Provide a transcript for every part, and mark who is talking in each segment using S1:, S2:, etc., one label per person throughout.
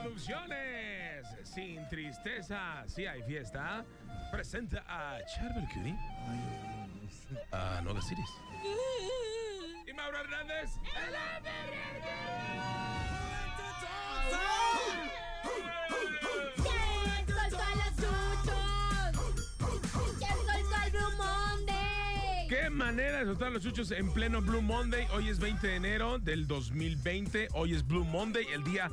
S1: Producciones sin tristeza, si hay fiesta, presenta a Charvel Curie, a Nova Cities y Mauro Hernández.
S2: Que soltó los chuchos. Que soltó el Blue Monday.
S1: Qué manera de soltar los chuchos en pleno Blue Monday. Hoy es 20 de enero del 2020. Hoy es Blue Monday, el día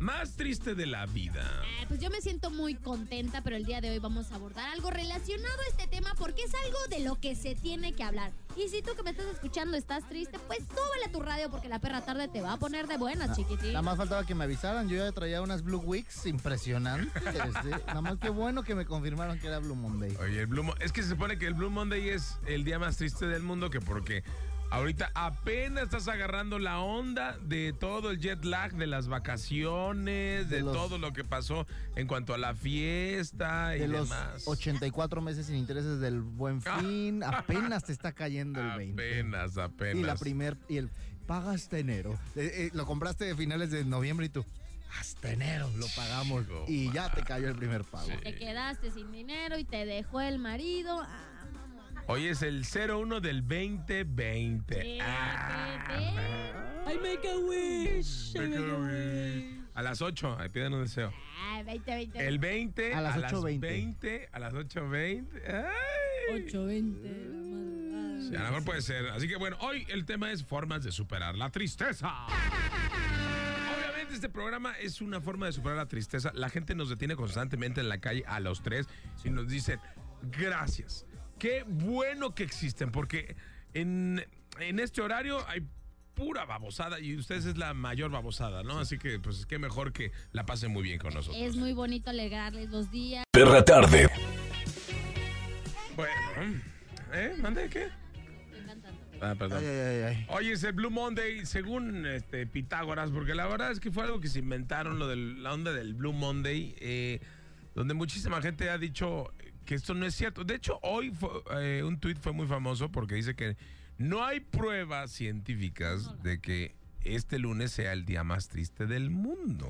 S1: más triste de la vida.
S2: Ah, Pues yo me siento muy contenta, pero el día de hoy vamos a abordar algo relacionado a este tema porque es algo de lo que se tiene que hablar. Y si tú que me estás escuchando estás triste, pues súbele a tu radio porque la perra tarde te va a poner de buenas, chiquitín.
S3: Ah, Nada más faltaba que me avisaran, yo ya traía unas Blue Weeks impresionantes. ¿sí? Nada más que bueno que me confirmaron que era Blue Monday.
S1: Oye, el Blue Mon- es que se supone que el Blue Monday es el día más triste del mundo que porque ahorita apenas estás agarrando la onda de todo el jet lag, de las vacaciones, de,
S3: De los-
S1: todo lo que pasó en cuanto a la fiesta y
S3: De los
S1: demás. Ah.
S3: 84 meses sin intereses del buen fin, apenas te está cayendo el 20.
S1: apenas, Ah, apenas.
S3: Y la primer y el paga hasta enero. Eh, eh, lo compraste de finales de noviembre y tú hasta enero lo pagamos
S1: Chico,
S3: y ya te cayó el primer pago.
S2: Te quedaste sin dinero y te dejó el marido. Ah, mamá.
S1: Hoy es el 01 del 2020.
S2: Eh,
S1: Ah,
S2: eh, eh.
S1: me quiero ir. a las 8, ahí piden un deseo.
S2: Ah, 20, 20.
S1: El 20
S3: A las 8:20.
S1: 20, a las 8.20. Ay.
S2: 8.20 de la madrugada.
S1: Sí, a lo mejor puede ser. Así que bueno, hoy el tema es formas de superar la tristeza. Obviamente este programa es una forma de superar la tristeza. La gente nos detiene constantemente en la calle a los tres y nos dicen, gracias. Qué bueno que existen, porque en, en este horario hay pura babosada y ustedes es la mayor babosada, ¿no? Así que pues qué mejor que la pasen muy bien con nosotros.
S2: Es muy bonito alegrarles los días.
S4: Perra Tarde.
S1: Bueno, ¿eh? ¿Mande qué?
S2: Me encantan.
S1: Ah, perdón.
S3: Ay, ay, ay, ay.
S1: Oye, ese Blue Monday, según este, Pitágoras, porque la verdad es que fue algo que se inventaron, lo de la onda del Blue Monday, eh, donde muchísima gente ha dicho que esto no es cierto. De hecho, hoy fue, eh, un tuit fue muy famoso porque dice que no hay pruebas científicas de que este lunes sea el día más triste del mundo.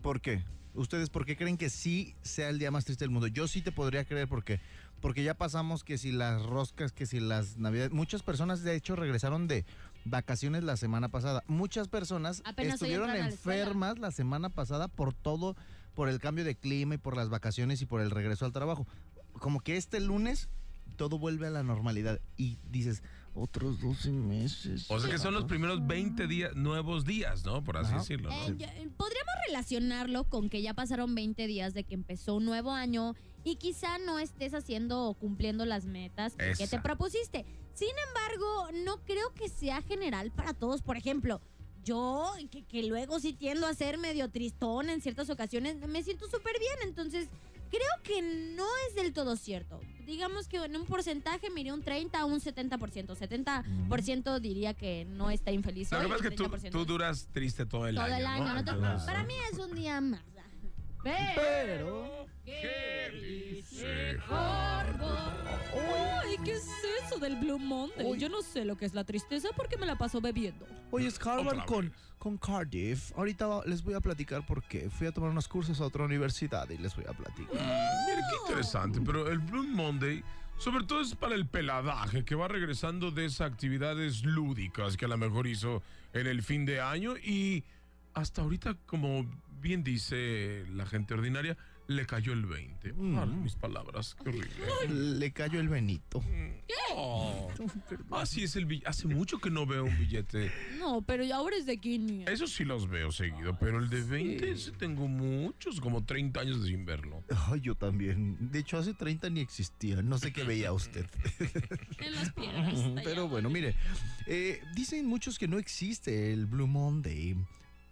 S3: ¿Por qué? ¿Ustedes por qué creen que sí sea el día más triste del mundo? Yo sí te podría creer porque porque ya pasamos que si las roscas, que si las navidades, muchas personas de hecho regresaron de vacaciones la semana pasada. Muchas personas
S2: Apenas hoy
S3: estuvieron
S2: entran a la escuela.
S3: enfermas la semana pasada por todo por el cambio de clima y por las vacaciones y por el regreso al trabajo. Como que este lunes todo vuelve a la normalidad y dices otros 12 meses.
S1: O sea que son los primeros 20 días, nuevos días, ¿no? Por así
S3: Ajá.
S1: decirlo,
S2: Eh,
S1: ¿no?
S2: yo- eh, Podríamos relacionarlo con que ya pasaron 20 días de que empezó un nuevo año y quizá no estés haciendo o cumpliendo las metas que- que te
S1: Exacto.
S2: propusiste. Sin embargo, no creo que sea general para todos. Por ejemplo, yo, que, que luego sí tiendo a ser medio tristón en ciertas ocasiones, me siento súper bien. Entonces, creo que no es del todo cierto. Digamos que en un porcentaje me iría un 30 a un 70%. 70% diría que no está infeliz.
S1: Lo
S2: hoy,
S1: que pasa es que tú,
S2: 30%
S1: tú duras triste todo el
S2: todo
S1: año.
S2: el año. no te-
S1: Entonces-
S2: para mí es un día más.
S3: Pero-
S5: Ay, ¿qué es eso del Blue Monday? Yo no sé lo que es la tristeza porque me la paso bebiendo.
S3: Oye, es Harvard
S1: Otra
S3: con,
S1: vez.
S3: con Cardiff. Ahorita va- les voy a platicar por qué. Fui a tomar unos cursos a otra universidad y les voy a platicar.
S1: Mm, Mira, qué interesante, pero el Blue Monday, sobre todo es para el peladaje que va regresando de esas actividades lúdicas que a lo mejor hizo en el fin de año y hasta ahorita, como bien dice la gente ordinaria, le cayó el 20.
S3: Mm.
S1: Ah, mis palabras, qué horrible.
S3: Le cayó el Benito.
S1: Oh. Así es el billete. Hace mucho que no veo un billete.
S5: No, pero ahora es de 500.
S1: Eso sí los veo seguido, pero el de 20 ese tengo muchos, como 30 años de sin verlo.
S3: Ay, yo también. De hecho, hace 30 ni existía. No sé qué veía usted.
S5: En las piernas.
S3: Pero bueno, mire. eh, dicen muchos que no existe el Blue Monday.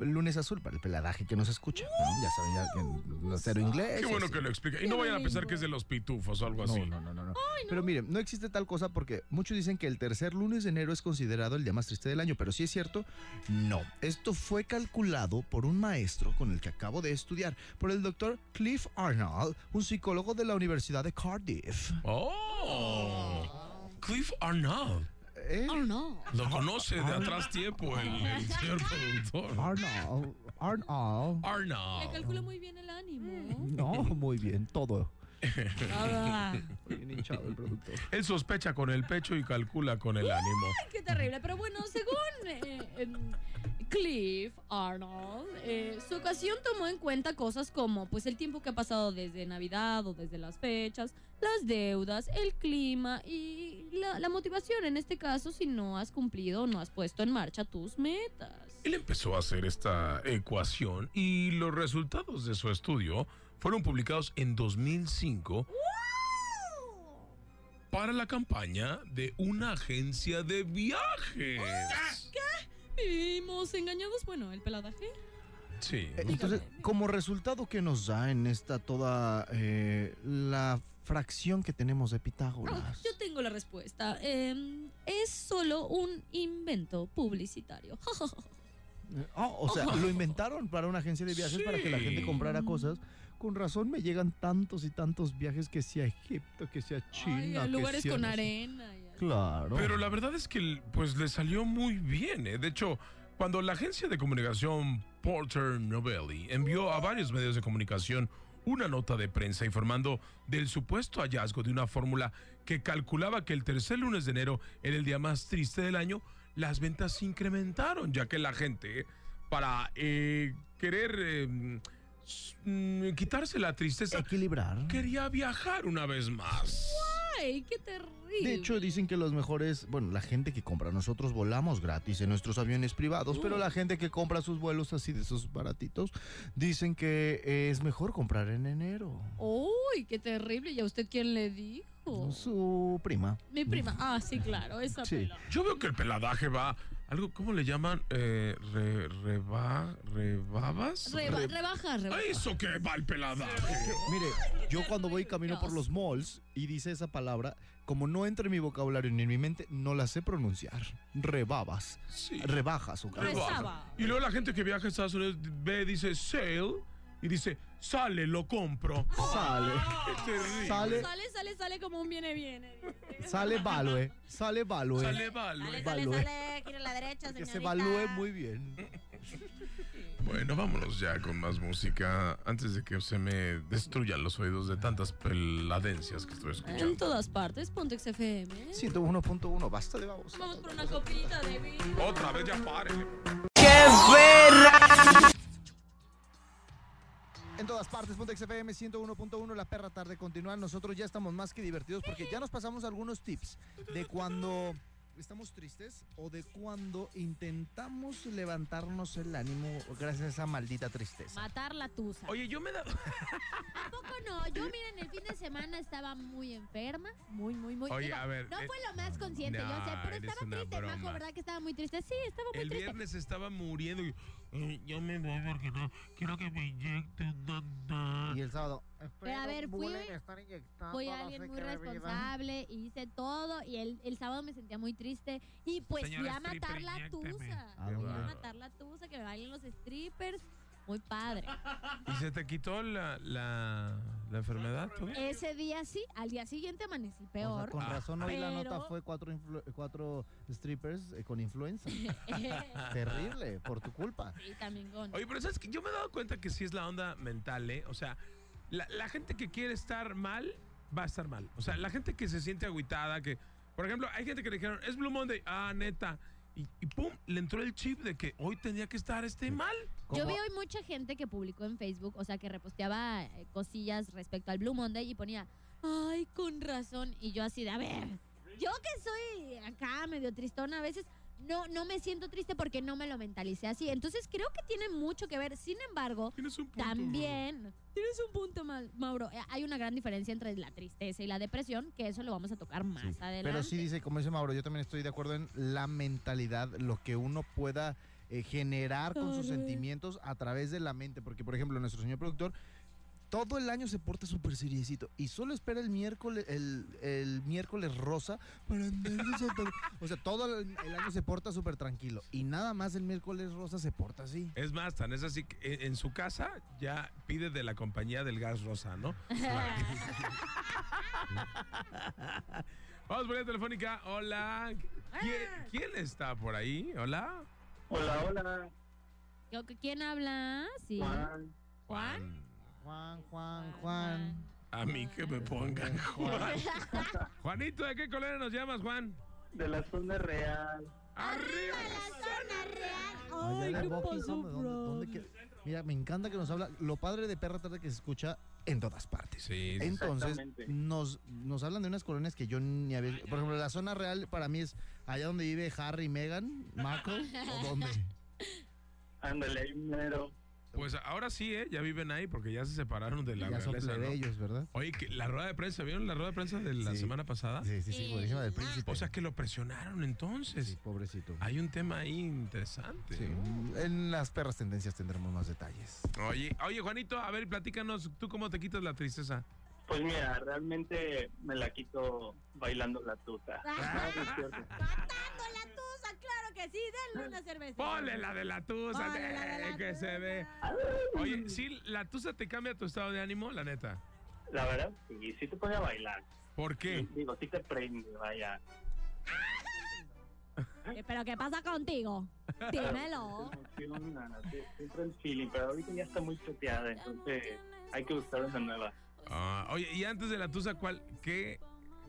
S3: El lunes azul para el peladaje que nos escucha. ¿no? Ya saben, ya que no cero inglés.
S1: Ah, Qué bueno
S3: así.
S1: que lo explica. Y no vayan a pensar que es de los pitufos o algo así.
S3: No, no, no, no, no. Pero mire, no existe tal cosa porque muchos dicen que el tercer lunes de enero es considerado el día más triste del año, pero sí es cierto, no. Esto fue calculado por un maestro con el que acabo de estudiar, por el doctor Cliff Arnold, un psicólogo de la Universidad de Cardiff.
S1: Oh. Cliff Arnold.
S3: ¿Eh?
S2: Oh, no.
S1: Lo conoce de atrás tiempo el, el señor productor.
S3: Arnold, Arnold.
S5: Le
S1: Arnold.
S5: calculo muy bien el ánimo.
S3: No, muy bien, todo.
S5: Ah,
S3: Bien hinchado el productor.
S1: Él sospecha con el pecho y calcula con el ánimo.
S5: qué terrible. Pero bueno, según eh, em, Cliff Arnold, eh, su ocasión tomó en cuenta cosas como pues el tiempo que ha pasado desde Navidad o desde las fechas, las deudas, el clima y la, la motivación en este caso si no has cumplido o no has puesto en marcha tus metas.
S1: Él empezó a hacer esta ecuación y los resultados de su estudio fueron publicados en 2005 para la campaña de una agencia de viajes.
S5: Vivimos engañados, bueno, el peladaje.
S1: Sí.
S3: Eh, Entonces, como resultado que nos da en esta toda eh, la fracción que tenemos de Pitágoras.
S5: Yo tengo la respuesta. Em, es solo un invento publicitario.
S3: Oh, o sea, lo inventaron para una agencia de viajes para que la gente
S1: Sí.
S3: comprara cosas. Con razón me llegan tantos y tantos viajes que sea a Egipto, que sea a
S5: Ay,
S3: China.
S5: a
S3: que
S5: lugares
S3: sea
S5: con
S3: no sé-
S5: arena. y a-
S3: Claro.
S1: Pero la verdad es que pues le salió muy bien. ¿eh? De hecho, cuando la agencia de comunicación Porter Novelli envió a varios medios de comunicación una nota de prensa informando del supuesto hallazgo de una fórmula que calculaba que el tercer lunes de enero era el día más triste del año, las ventas se incrementaron, ya que la gente, para eh, querer eh, s- mm, quitarse la tristeza,
S3: Equilibrar.
S1: quería viajar una vez más.
S5: Ay, qué terrible.
S3: De hecho, dicen que los mejores, bueno, la gente que compra, nosotros volamos gratis en nuestros aviones privados,
S5: Uh.
S3: pero la gente que compra sus vuelos así de esos baratitos, dicen que es mejor comprar en enero.
S5: Uy, qué terrible. ¿Y a usted quién le dijo?
S3: Su prima.
S5: Mi prima. Ah, sí, claro, esa
S3: Sí.
S5: pelota.
S1: Yo veo que el peladaje va. Algo, ¿cómo le llaman? Eh, re, reba, ¿Rebabas?
S5: Reba- rebaja,
S1: Re-
S5: rebaja.
S1: ¡A eso que va el peladaje!
S3: Mire, yo cuando voy
S5: terrible.
S3: camino por los malls y dice esa palabra, como no entra en mi vocabulario ni en mi mente, no la sé pronunciar. Rebabas,
S1: Sí.
S3: rebajas o
S5: Rezaba.
S1: Y luego la gente que viaja a Estados Unidos ve, dice sale y dice sale, lo compro.
S3: Sale,
S1: ¡Qué terrible!
S3: Sale.
S5: Sale, sale, sale como un viene,
S1: eh.
S5: viene.
S3: sale value, sale value.
S1: Sale, vale.
S2: Sale, sale,
S3: Evalúe.
S2: sale, gira a la derecha,
S3: que se
S2: señorita.
S3: valúe muy bien.
S1: Bueno, vámonos ya con más música antes de que se me destruyan los oídos de tantas peladencias que estoy
S5: En
S1: escuchando.
S5: todas partes, Pontex FM.
S3: 101.1, basta de vamos.
S5: Vamos por una copita de vino.
S1: Otra vez ya pare.
S3: En todas partes, Pontex FM 101.1, la perra tarde continúa. Nosotros ya estamos más que divertidos porque ya nos pasamos algunos tips de cuando estamos tristes o de cuando intentamos levantarnos el ánimo gracias a esa maldita tristeza.
S2: Matar la tusa.
S1: Oye, yo me da.
S2: Tampoco no. Yo, miren, el fin de semana estaba muy enferma. Muy, muy, muy.
S1: Oye,
S2: digo,
S1: a ver,
S2: No
S1: eh,
S2: fue lo más consciente, yo sé,
S1: nah,
S2: pero
S1: eres
S2: estaba
S1: una
S2: triste,
S1: broma.
S2: Majo, ¿verdad? Que estaba muy triste. Sí, estaba muy
S1: El
S2: pues triste.
S1: viernes estaba muriendo y. "Ay, Yo me voy porque no quiero que me inyecten
S3: Y
S1: nada.
S3: el sábado.
S2: Pero a ver, fui, fui alguien muy responsable, hice todo y el, el sábado me sentía muy triste y pues fui
S1: Señora
S2: a matar
S1: stripper,
S2: la
S1: inyécteme.
S2: tusa.
S3: Ah,
S2: Fui a
S1: bueno.
S2: matar la tusa, que me bailen los strippers. Muy padre.
S1: ¿Y se te quitó la, la, la enfermedad? tú?
S2: Ese día sí, al día siguiente amanecí
S3: O sea,
S2: peor.
S3: con razón hoy la nota
S2: Pero-
S3: fue cuatro, influ- cuatro strippers eh, con influenza. Terrible, por tu culpa.
S2: y también con...
S1: Oye, pero sabes que yo me he dado cuenta que sí es la onda mental, ¿eh? O sea, la, la gente que quiere estar mal, va a estar mal. O sea, la gente que se siente agüitada, que. Por ejemplo, hay gente que le dijeron, es Blue Monday, ah, neta. Y, y pum, le entró el chip de que hoy tenía que estar este mal.
S2: Yo
S3: ¿Cómo?
S2: vi hoy mucha gente que publicó en Facebook, o sea, que reposteaba eh, cosillas respecto al Blue Monday y ponía, ay, con razón. Y yo así de, a ver, yo que soy acá medio tristona a veces, no, no me siento triste porque no me lo mentalicé así. Entonces creo que tiene mucho que ver. Sin embargo,
S1: Tienes un punto.
S2: también tienes un punto, mal, Mauro. Eh, Hay una gran diferencia entre la tristeza y la depresión, que eso lo vamos a tocar más adelante.
S3: Pero sí dice, como dice Mauro, yo también estoy de acuerdo en la mentalidad, lo que uno pueda eh, generar con sus
S2: Arre.
S3: sentimientos a través de la mente. Porque, por ejemplo, nuestro señor productor todo el año se porta súper seriecito y solo espera el miércoles, el, el miércoles rosa para andar de sota- O sea, todo el, el año se porta súper tranquilo y nada más el miércoles rosa se porta así.
S1: Es más, tan es así que eh, en, en su casa ya pide de la compañía del gas rosa, ¿no? Vamos por la telefónica. Hola. ¿Quién, quién está por ahí? Hola.
S6: Hola, hola,
S2: Creo que- ¿Quién habla? Sí.
S6: Juan.
S1: Juan.
S3: Juan, Juan, Juan.
S1: A mí que me pongan Juan. Juanito, ¿de qué color nos llamas, Juan?
S6: De la zona real.
S1: Arriba.
S3: Allá
S5: Ay,
S3: de
S5: ¿qué
S3: Buckingham,
S5: pasó,
S3: ¿de dónde- dónde
S5: brother?
S3: que- Mira, me encanta que nos habla. Lo padre de Perra Tarde que se escucha en todas partes.
S1: Sí. sí.
S3: Entonces,
S6: Exactamente.
S3: nos, nos hablan de unas colonias que yo ni había. Por ejemplo, la zona real para mí es allá donde vive Harry, Meghan, Markle, o donde.
S6: Ándale, ahí mero.
S1: Pues ahora sí, ¿eh? Ya viven ahí porque ya se separaron de la
S3: ya son
S1: realeza, ¿no?
S3: plebeyos, ¿verdad?
S1: Oye, que la rueda de prensa, ¿vieron la rueda de prensa de la
S3: Sí.
S1: semana pasada?
S3: Sí, sí, sí, por encima del príncipe.
S1: O sea que lo presionaron entonces.
S3: Sí, pobrecito.
S1: Hay un tema ahí Ah, interesante.
S3: Sí, En las perras tendencias tendremos más detalles.
S1: Oye, oye, Juanito, a ver, platícanos, ¿tú cómo te quitas la tristeza?
S6: Pues mira, realmente me la quito bailando la tuta.
S2: Ah.
S6: No, no es cierto.
S2: Matando la tusa, claro que sí, denle una cerveza.
S1: Ponle la de la tusa,
S2: Ponle la de
S1: eh,
S2: la
S1: que se
S2: tusa.
S1: ve. Oye, sí, la tusa te cambia tu estado de ánimo, la neta.
S6: La verdad, sí, sí te pone a bailar.
S1: ¿Por qué?
S6: Digo, sí te prende, vaya.
S2: Eh, ¿Pero qué pasa contigo? Dímelo.
S6: Te emociona, te- te entra el feeling, pero ahorita ya está muy choteada, entonces hay que buscar una nueva.
S1: Ah, oye, y antes de la tusa, ¿cuál, qué,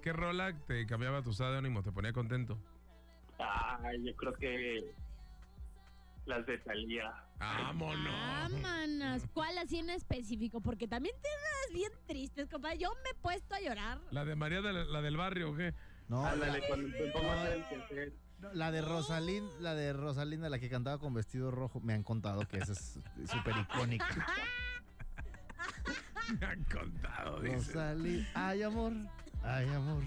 S1: qué rola te cambiaba tu estado de ánimo, te ponía contento?
S6: Ah, yo creo que las de Talía.
S1: ¡Vámonos!
S2: Amanas, Ah, ¿cuál así en específico? Porque también te das bien tristes, compadre. Yo me he puesto a llorar.
S1: ¿La de María, de la, la del barrio o qué?
S3: No,
S6: Ándale, cuando te pongo a hacer el quehacer.
S3: la de Rosalinda, la de Rosalinda, la que cantaba con vestido rojo, me han contado que esa es súper icónica.
S1: Me han contado, dice.
S3: Rosalinda, ay amor, ay amor.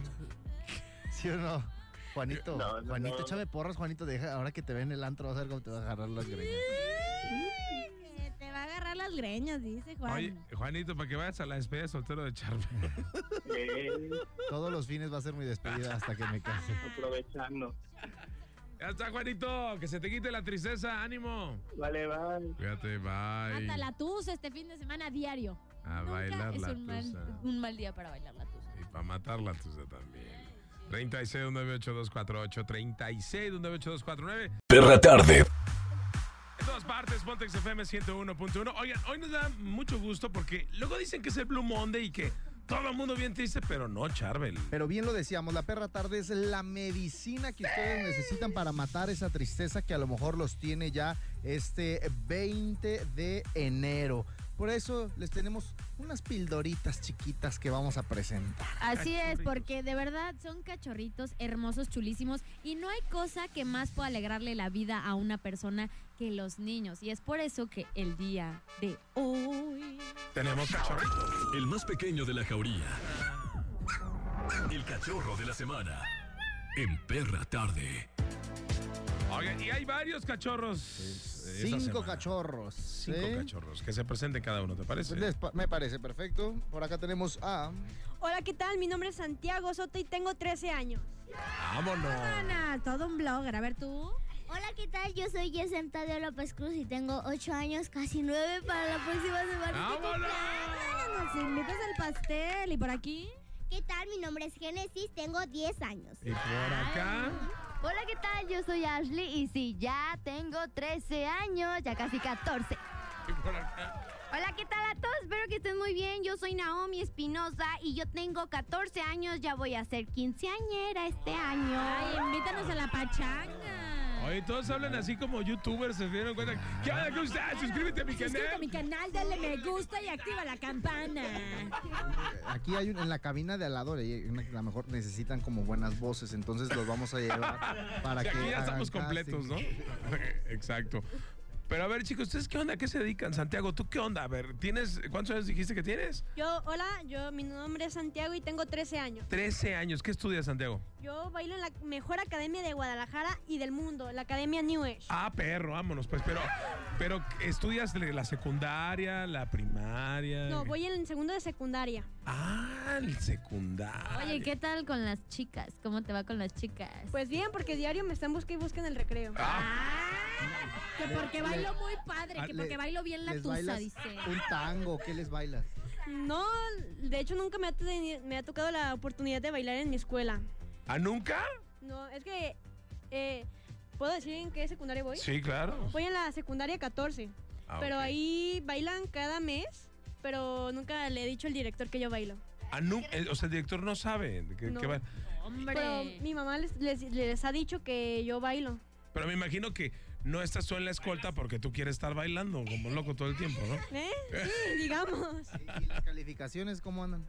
S3: ¿Sí o no? Juanito,
S6: No, no,
S3: Juanito,
S6: no.
S3: échame porras, Juanito, deja, ahora que te ven el antro vas a ver cómo te va a agarrar las greñas.
S2: Eh, Te va a agarrar las greñas, dice Juan.
S1: Oye, Juanito, para que vayas a la despedida de soltero de Charme.
S6: Eh,
S3: Todos los fines va a ser mi despedida hasta que me case.
S6: aprovechando.
S1: Ya está, Juanito, que se te quite la tristeza, ánimo.
S6: Vale, bye.
S1: Cuídate,
S2: Hasta
S1: bye.
S2: la tusa este fin de semana diario.
S1: A
S5: Nunca
S1: bailar
S5: es
S1: la
S5: un mal,
S1: tusa.
S5: un mal día para bailar la tusa.
S1: Y para matar la tusa también. 36 248 36 249
S4: Perra tarde.
S1: En todas partes, Pontex FM 101.1. Oigan, hoy nos da mucho gusto porque luego dicen que es el Blue Monday y que todo el mundo bien triste, pero no, Charvel.
S3: Pero bien lo decíamos, la perra tarde es la medicina que ustedes necesitan para matar esa tristeza que a lo mejor los tiene ya este 20 de enero. Por eso les tenemos unas pildoritas chiquitas que vamos a presentar.
S2: Así es,
S1: Cachorritos.
S2: porque de verdad son cachorritos hermosos, chulísimos, y no hay cosa que más pueda alegrarle la vida a una persona que los niños. Y es por eso que el día de hoy...
S1: Tenemos cachorrito.
S4: El más pequeño de la jauría. El cachorro de la semana. En Perra tarde.
S1: Oigan, y hay varios cachorros.
S2: pues,
S1: esta
S3: Cinco
S1: semana.
S3: cachorros.
S1: Cinco
S3: ¿sí? Pues,
S1: cachorros. Que se presenten cada uno, ¿te parece?
S3: Les pa- Me parece perfecto. Por acá tenemos a...
S7: Hola, ¿qué tal? Mi nombre es Santiago Soto y tengo 13 años.
S1: Vámonos.
S2: Ana, todo un blogger. A ver tú.
S8: Hola, ¿qué tal? Yo soy Yesen Tadeo López Cruz y tengo 8 años, casi 9 para la próxima semana.
S1: ¡Vámonos!
S2: Nos invitas al pastel. ¿Y por aquí?
S8: ¿Qué tal? Mi nombre es Génesis, tengo 10 años.
S1: Y por acá.
S8: Hola, ¿qué tal? Yo soy Ashley y sí, ya tengo 13 años, ya casi 14.
S1: Y por acá.
S8: Hola, ¿qué tal a todos? Espero que estén muy bien. Yo soy Naomi Espinosa y yo tengo 14 años, ya voy a ser quinceañera este año.
S2: Ay, invítanos a la pachanga.
S1: Oye, todos hablan así como youtubers, se dieron cuenta. ¿Qué onda? ¿Cómo estás? Suscríbete a mi
S7: pues
S2: Suscríbete a mi
S1: canal.
S2: canal, dale me gusta y activa la campana.
S3: Aquí hay un, en la cabina de al lado, ahí, una- a lo mejor necesitan como buenas voces, entonces los vamos a llevar para
S1: O sea,
S3: que.
S1: aquí ya
S3: hagan
S1: estamos completos, ¿no?
S3: casting.
S1: Exacto. Pero a ver, chicos, ¿ustedes qué onda? ¿A qué se dedican? Santiago, ¿tú qué onda? A ver, ¿tienes, ¿cuántos años dijiste que tienes?
S7: Yo, hola, yo, mi nombre es Santiago y tengo 13 años.
S1: 13 años. ¿Qué estudias, Santiago?
S7: Yo bailo en la mejor academia de Guadalajara y del mundo, la Academia New Age.
S1: Ah, perro, vámonos, pues. Pero, pero ¿estudias de la secundaria, la primaria?
S3: Eh.
S7: No, voy en segundo de secundaria.
S1: Ah, el secundario.
S5: Oye, ¿qué tal con las chicas? ¿Cómo te va con las chicas?
S7: Pues bien, porque diario me están buscando y buscan el recreo. Ah,
S2: Que porque bailo muy padre,
S3: Ah,
S2: que
S3: le-
S2: porque bailo bien la
S3: ¿Les
S2: tusa,
S3: bailas
S2: dice.
S3: un tango? ¿Qué les bailas?
S7: No, de hecho nunca me ha, teni- me ha tocado la oportunidad de bailar en mi escuela.
S1: ¿A nunca?
S7: No, es que, eh, ¿puedo decir en qué secundaria voy?
S1: Sí, claro.
S7: Voy en la secundaria 14,
S1: Ah,
S7: pero
S1: ok.
S7: ahí bailan cada mes, pero nunca le he dicho al director que yo bailo.
S1: Ah, nu- el- o sea, el director no sabe. que- que
S7: No.
S1: va-
S7: Pero mi mamá les, les, les ha dicho que yo bailo.
S1: Pero me imagino que no estás tú en la escolta porque tú quieres estar bailando como loco todo el tiempo, ¿no?
S7: ¿Eh? Sí, digamos.
S3: ¿Y, y las calificaciones cómo andan?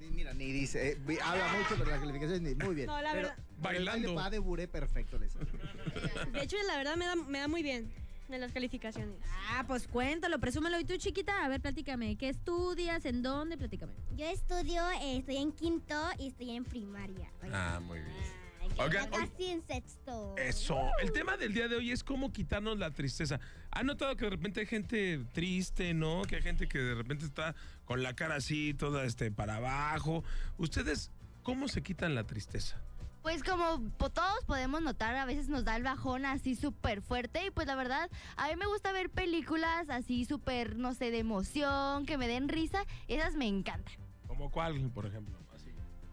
S3: Ni- Mira, ni dice. eh, vi- habla mucho, pero las calificaciones ni. Muy bien.
S7: No, la
S3: Pero-
S7: verdad.
S3: pero el baile
S1: Bailando.
S3: va de buré perfecto, les.
S7: De hecho, la verdad me da, me da muy bien en las calificaciones.
S2: Ah, pues cuéntalo, presúmelo. ¿Y tú, chiquita? A ver, platícame. ¿Qué estudias? ¿En dónde? Platícame.
S8: Yo estudio, eh, estoy en quinto y estoy en primaria.
S1: Ah, muy bien.
S8: Ay, que
S1: Oigan,
S8: ya
S1: hoy-
S8: casi en sexto.
S1: Eh, Eso. El tema del día de hoy es cómo quitarnos la tristeza. ¿Han notado que de repente hay gente triste, no? Que hay gente que de repente está con la cara así, toda este para abajo. ¿Ustedes cómo se quitan la tristeza?
S9: Pues como po- todos podemos notar, a veces nos da el bajón así súper fuerte y pues la verdad, a mí me gusta ver películas así súper, no sé, de emoción, que me den risa, esas me encantan.
S1: ¿Como cuál, por ejemplo? Así.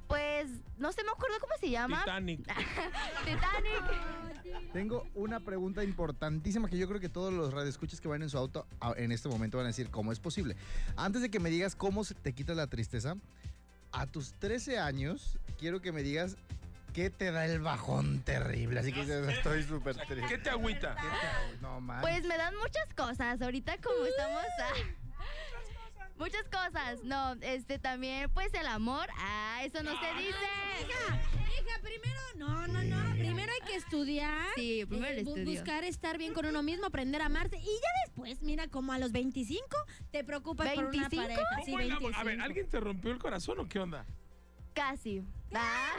S9: Pues no sé, me acuerdo cómo se llama.
S1: Titanic.
S9: Titanic.
S3: Tengo una pregunta importantísima que yo creo que todos los radioescuchas que van en su auto a- en este momento van a decir, ¿cómo es posible? Antes de que me digas cómo se te quita la tristeza, a tus 13 años quiero que me digas qué te da el bajón terrible. Así que dices, estoy súper triste.
S1: ¿Qué te agüita?
S3: ¿Qué te- No, man.
S9: Pues me dan muchas cosas. Ahorita como estamos. ah, muchas cosas. No, este también, pues el amor. Ah, eso no se dice.
S2: Hija, hija, primero, no, no, no. Primero hay que estudiar.
S9: Sí, primero el
S2: eh, bu-
S9: estudio.
S2: Buscar estar bien con uno mismo, aprender a amarse. Y ya después, mira, como a los 25 te preocupas Pues por una
S9: ¿veinticinco?
S2: pareja. Sí,
S1: ¿Cómo el amor?
S2: 25.
S1: A ver, ¿alguien te rompió el corazón o qué onda?
S9: Casi. Ah,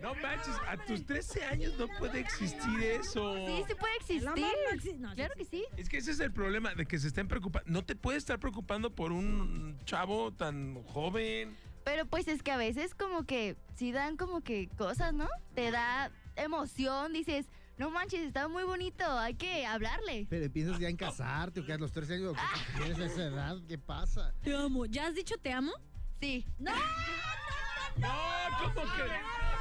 S1: No manches, a tus 13 años no puede existir eso.
S9: sí, sí puede
S2: El amor no
S9: existir.
S2: exi- no, sí
S9: Claro que sí.
S1: Es que ese es el problema, de que se estén preocupando. No te puedes estar preocupando por un chavo tan joven.
S9: Pero pues es que a veces como que sí dan como que cosas, ¿no? Te da emoción, dices, no manches, está muy bonito, hay que hablarle.
S3: Pero piensas ya en casarte o que a los 13 años que tienes esa edad, ¿qué pasa?
S2: Te amo. ¿Ya has dicho te amo?
S9: Sí.
S1: No, ¿cómo que?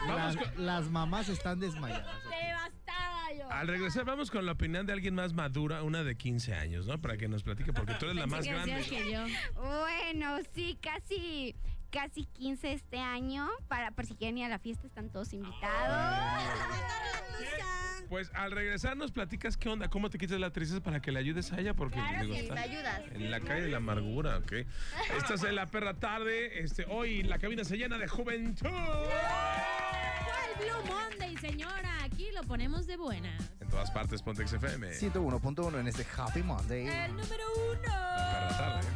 S1: Vamos
S3: Las,
S1: con-
S3: las mamás están desmayadas.
S9: Devastada yo.
S1: al regresar vamos con la opinión de alguien más madura, una de 15 años, ¿no? Para que nos platique, porque tú eres la más
S2: Pensé que decías
S1: grande.
S2: que yo.
S10: Bueno, sí, casi, casi 15 este año. Para, por si quieren ir a la fiesta, están todos invitados.
S1: Pues al regresar nos platicas qué onda, cómo te quitas la tristeza para que le ayudes a ella, porque
S9: Claro
S1: digo,
S9: que
S1: está
S9: me ayudas.
S1: En la calle de la amargura, ok. Esta es la perra tarde. Este, hoy la cabina se llena de juventud.
S2: Fue el Blue Monday, señora. Aquí lo ponemos de buena.
S1: En todas partes, Pontex FM.
S3: 101.1 en este Happy
S1: Mm.
S3: Monday.
S2: El número uno.
S1: Perra tarde.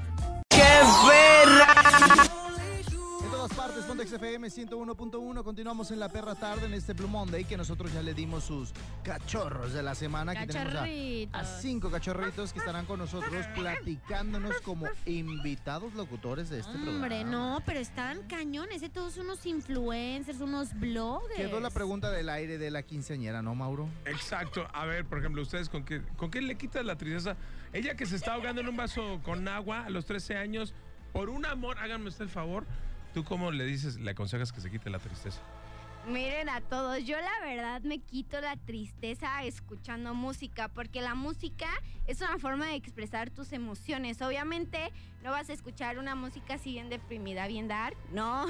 S3: En todas partes, Pontex FM 101.1. Continuamos en la perra tarde en este Blue Monday que nosotros ya le dimos sus cachorros de la semana. Aquí tenemos a, a cinco cachorritos que estarán con nosotros platicándonos como invitados locutores de este
S2: Hombre,
S3: programa.
S2: no, pero están cañones, ¿eh? todos unos influencers, unos bloggers.
S3: Quedó la pregunta del aire de la quinceañera, ¿no, Mauro?
S1: Exacto. A ver, por ejemplo, ustedes con qué, con qué le quitas la tristeza. Ella que se está ahogando en un vaso con agua a los 13 años, por un amor, háganme usted el favor. ¿Tú cómo le dices, le aconsejas que se quite la tristeza?
S10: Miren a todos, yo la verdad me quito la tristeza escuchando música, porque la música es una forma de expresar tus emociones. Obviamente no vas a escuchar una música así bien deprimida, bien dark, no.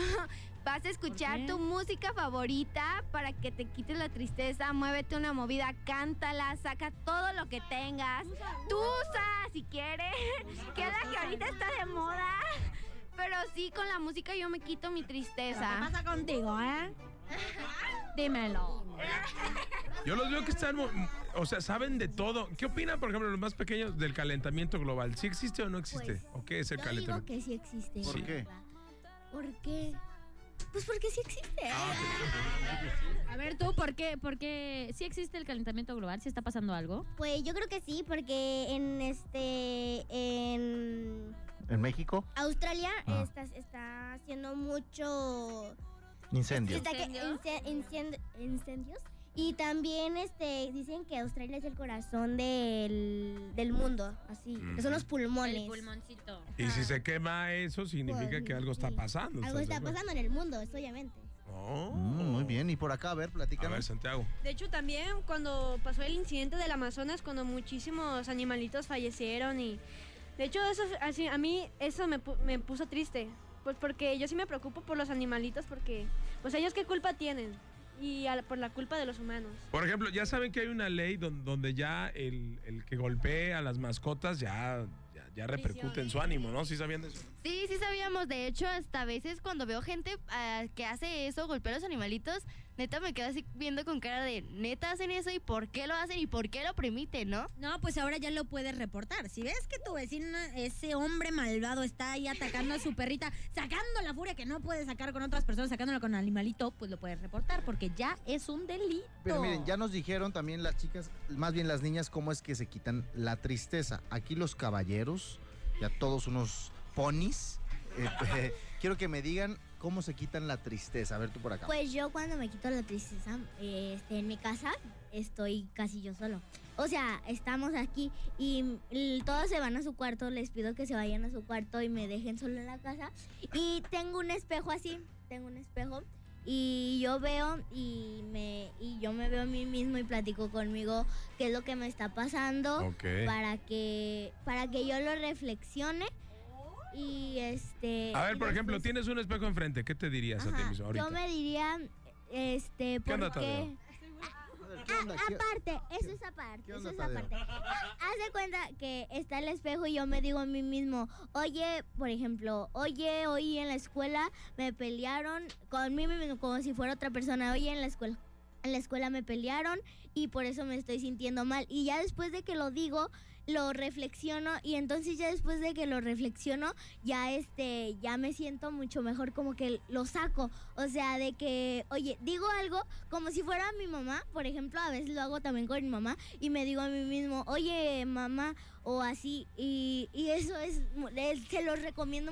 S10: Vas a escuchar tu música favorita para que te quite la tristeza, muévete una movida, cántala, saca todo lo que tengas. Tú usa si quieres, que es la que ahorita está de moda. Pero sí, con la música yo me quito mi tristeza.
S2: ¿Qué pasa contigo, eh?
S10: Dímelo.
S1: Yo los veo que están, mo- o sea, saben de todo. ¿Qué opinan, por ejemplo, los más pequeños del calentamiento global? ¿Sí existe o no existe?
S8: Pues,
S1: ¿O qué es el
S8: Yo digo
S1: calentamiento?
S8: que sí existe.
S1: ¿Por
S8: la
S1: qué?
S8: verdad. ¿Por qué? Pues porque sí existe.
S3: Ah,
S5: A ver, tú, ¿por qué? ¿Por qué? ¿Sí existe el calentamiento global? ¿Sí está pasando algo?
S8: Pues yo creo que sí, porque en este en
S3: ¿En México?
S8: Australia
S3: Ah.
S8: está, está haciendo mucho
S3: Incendio.
S8: está que- ince- incendio- incendios y también este dicen que Australia es el corazón del, del mundo, así, que son los pulmones.
S5: pulmoncito.
S1: Y si se quema eso, significa que algo está pasando.
S8: Algo
S1: ¿estás de
S8: está
S1: acuerdo?
S8: pasando en el mundo, eso, obviamente.
S1: Oh.
S3: Mm, muy bien, y por acá, a ver,
S1: A
S3: platícanos.
S1: ver, Santiago.
S7: De hecho, también cuando pasó el incidente del Amazonas, cuando muchísimos animalitos fallecieron y... De hecho, eso, es- así, a mí eso me, pu- me puso triste. Pues porque yo sí me preocupo por los animalitos porque... Pues ellos qué culpa tienen. Y a la- por la culpa de los humanos.
S1: Por ejemplo, ya saben que hay una ley don- donde, ya el, el que golpee a las mascotas ya, ya, ya repercute en su ánimo, ¿no? ¿Sí sabían de eso?
S9: Sí, sí sabíamos. De hecho, hasta a veces cuando veo gente ah, que hace eso, golpea a los animalitos, neta me quedo así viendo con cara de, neta hacen eso y por qué lo hacen y por qué lo permiten, ¿no?
S2: No, pues ahora ya lo puedes reportar. Si ves que tu vecina, ese hombre malvado, está ahí atacando a su perrita, sacando la furia que no puede sacar con otras personas, sacándola con animalito, pues lo puedes reportar porque ya es un delito.
S3: Pero miren, ya nos dijeron también las chicas, más bien las niñas, cómo es que se quitan la tristeza. Aquí los caballeros, ya todos unos ponis. eh, eh, quiero que me digan cómo se quitan la tristeza. A ver tú por acá.
S8: Pues yo cuando me quito la tristeza, eh, este, en mi casa estoy casi yo solo. O sea, estamos aquí y l- todos se van a su cuarto, les pido que se vayan a su cuarto y me dejen solo en la casa. Y tengo un espejo así, tengo un espejo y yo veo y me y yo me veo a mí mismo y platico conmigo qué es lo que me está pasando
S1: Ok.
S8: para que para que yo lo reflexione y este
S1: A ver,
S8: y
S1: por ejemplo,
S8: después-
S1: tienes un espejo enfrente. ¿Qué te dirías a ti
S8: Ajá,
S1: mismo ahorita?
S8: Yo me diría, este,
S1: ¿Qué onda,
S8: porque...
S1: Tadeo?
S8: ah, Aparte, eso es aparte, eso
S3: onda,
S8: es aparte.
S3: Tadeo?
S8: Haz de cuenta que está el espejo y yo me digo a mí mismo, oye, por ejemplo, oye, hoy en la escuela me pelearon conmigo mismo como si fuera otra persona, oye, en la escuela. En la escuela me pelearon y por eso me estoy sintiendo mal. Y ya después de que lo digo, lo reflexiono y entonces ya después de que lo reflexiono, ya este, ya me siento mucho mejor como que lo saco. O sea, de que, oye, digo algo como si fuera mi mamá, por ejemplo, a veces lo hago también con mi mamá y me digo a mí mismo, oye, mamá, o así, y, y eso es, mu- es- se los recomiendo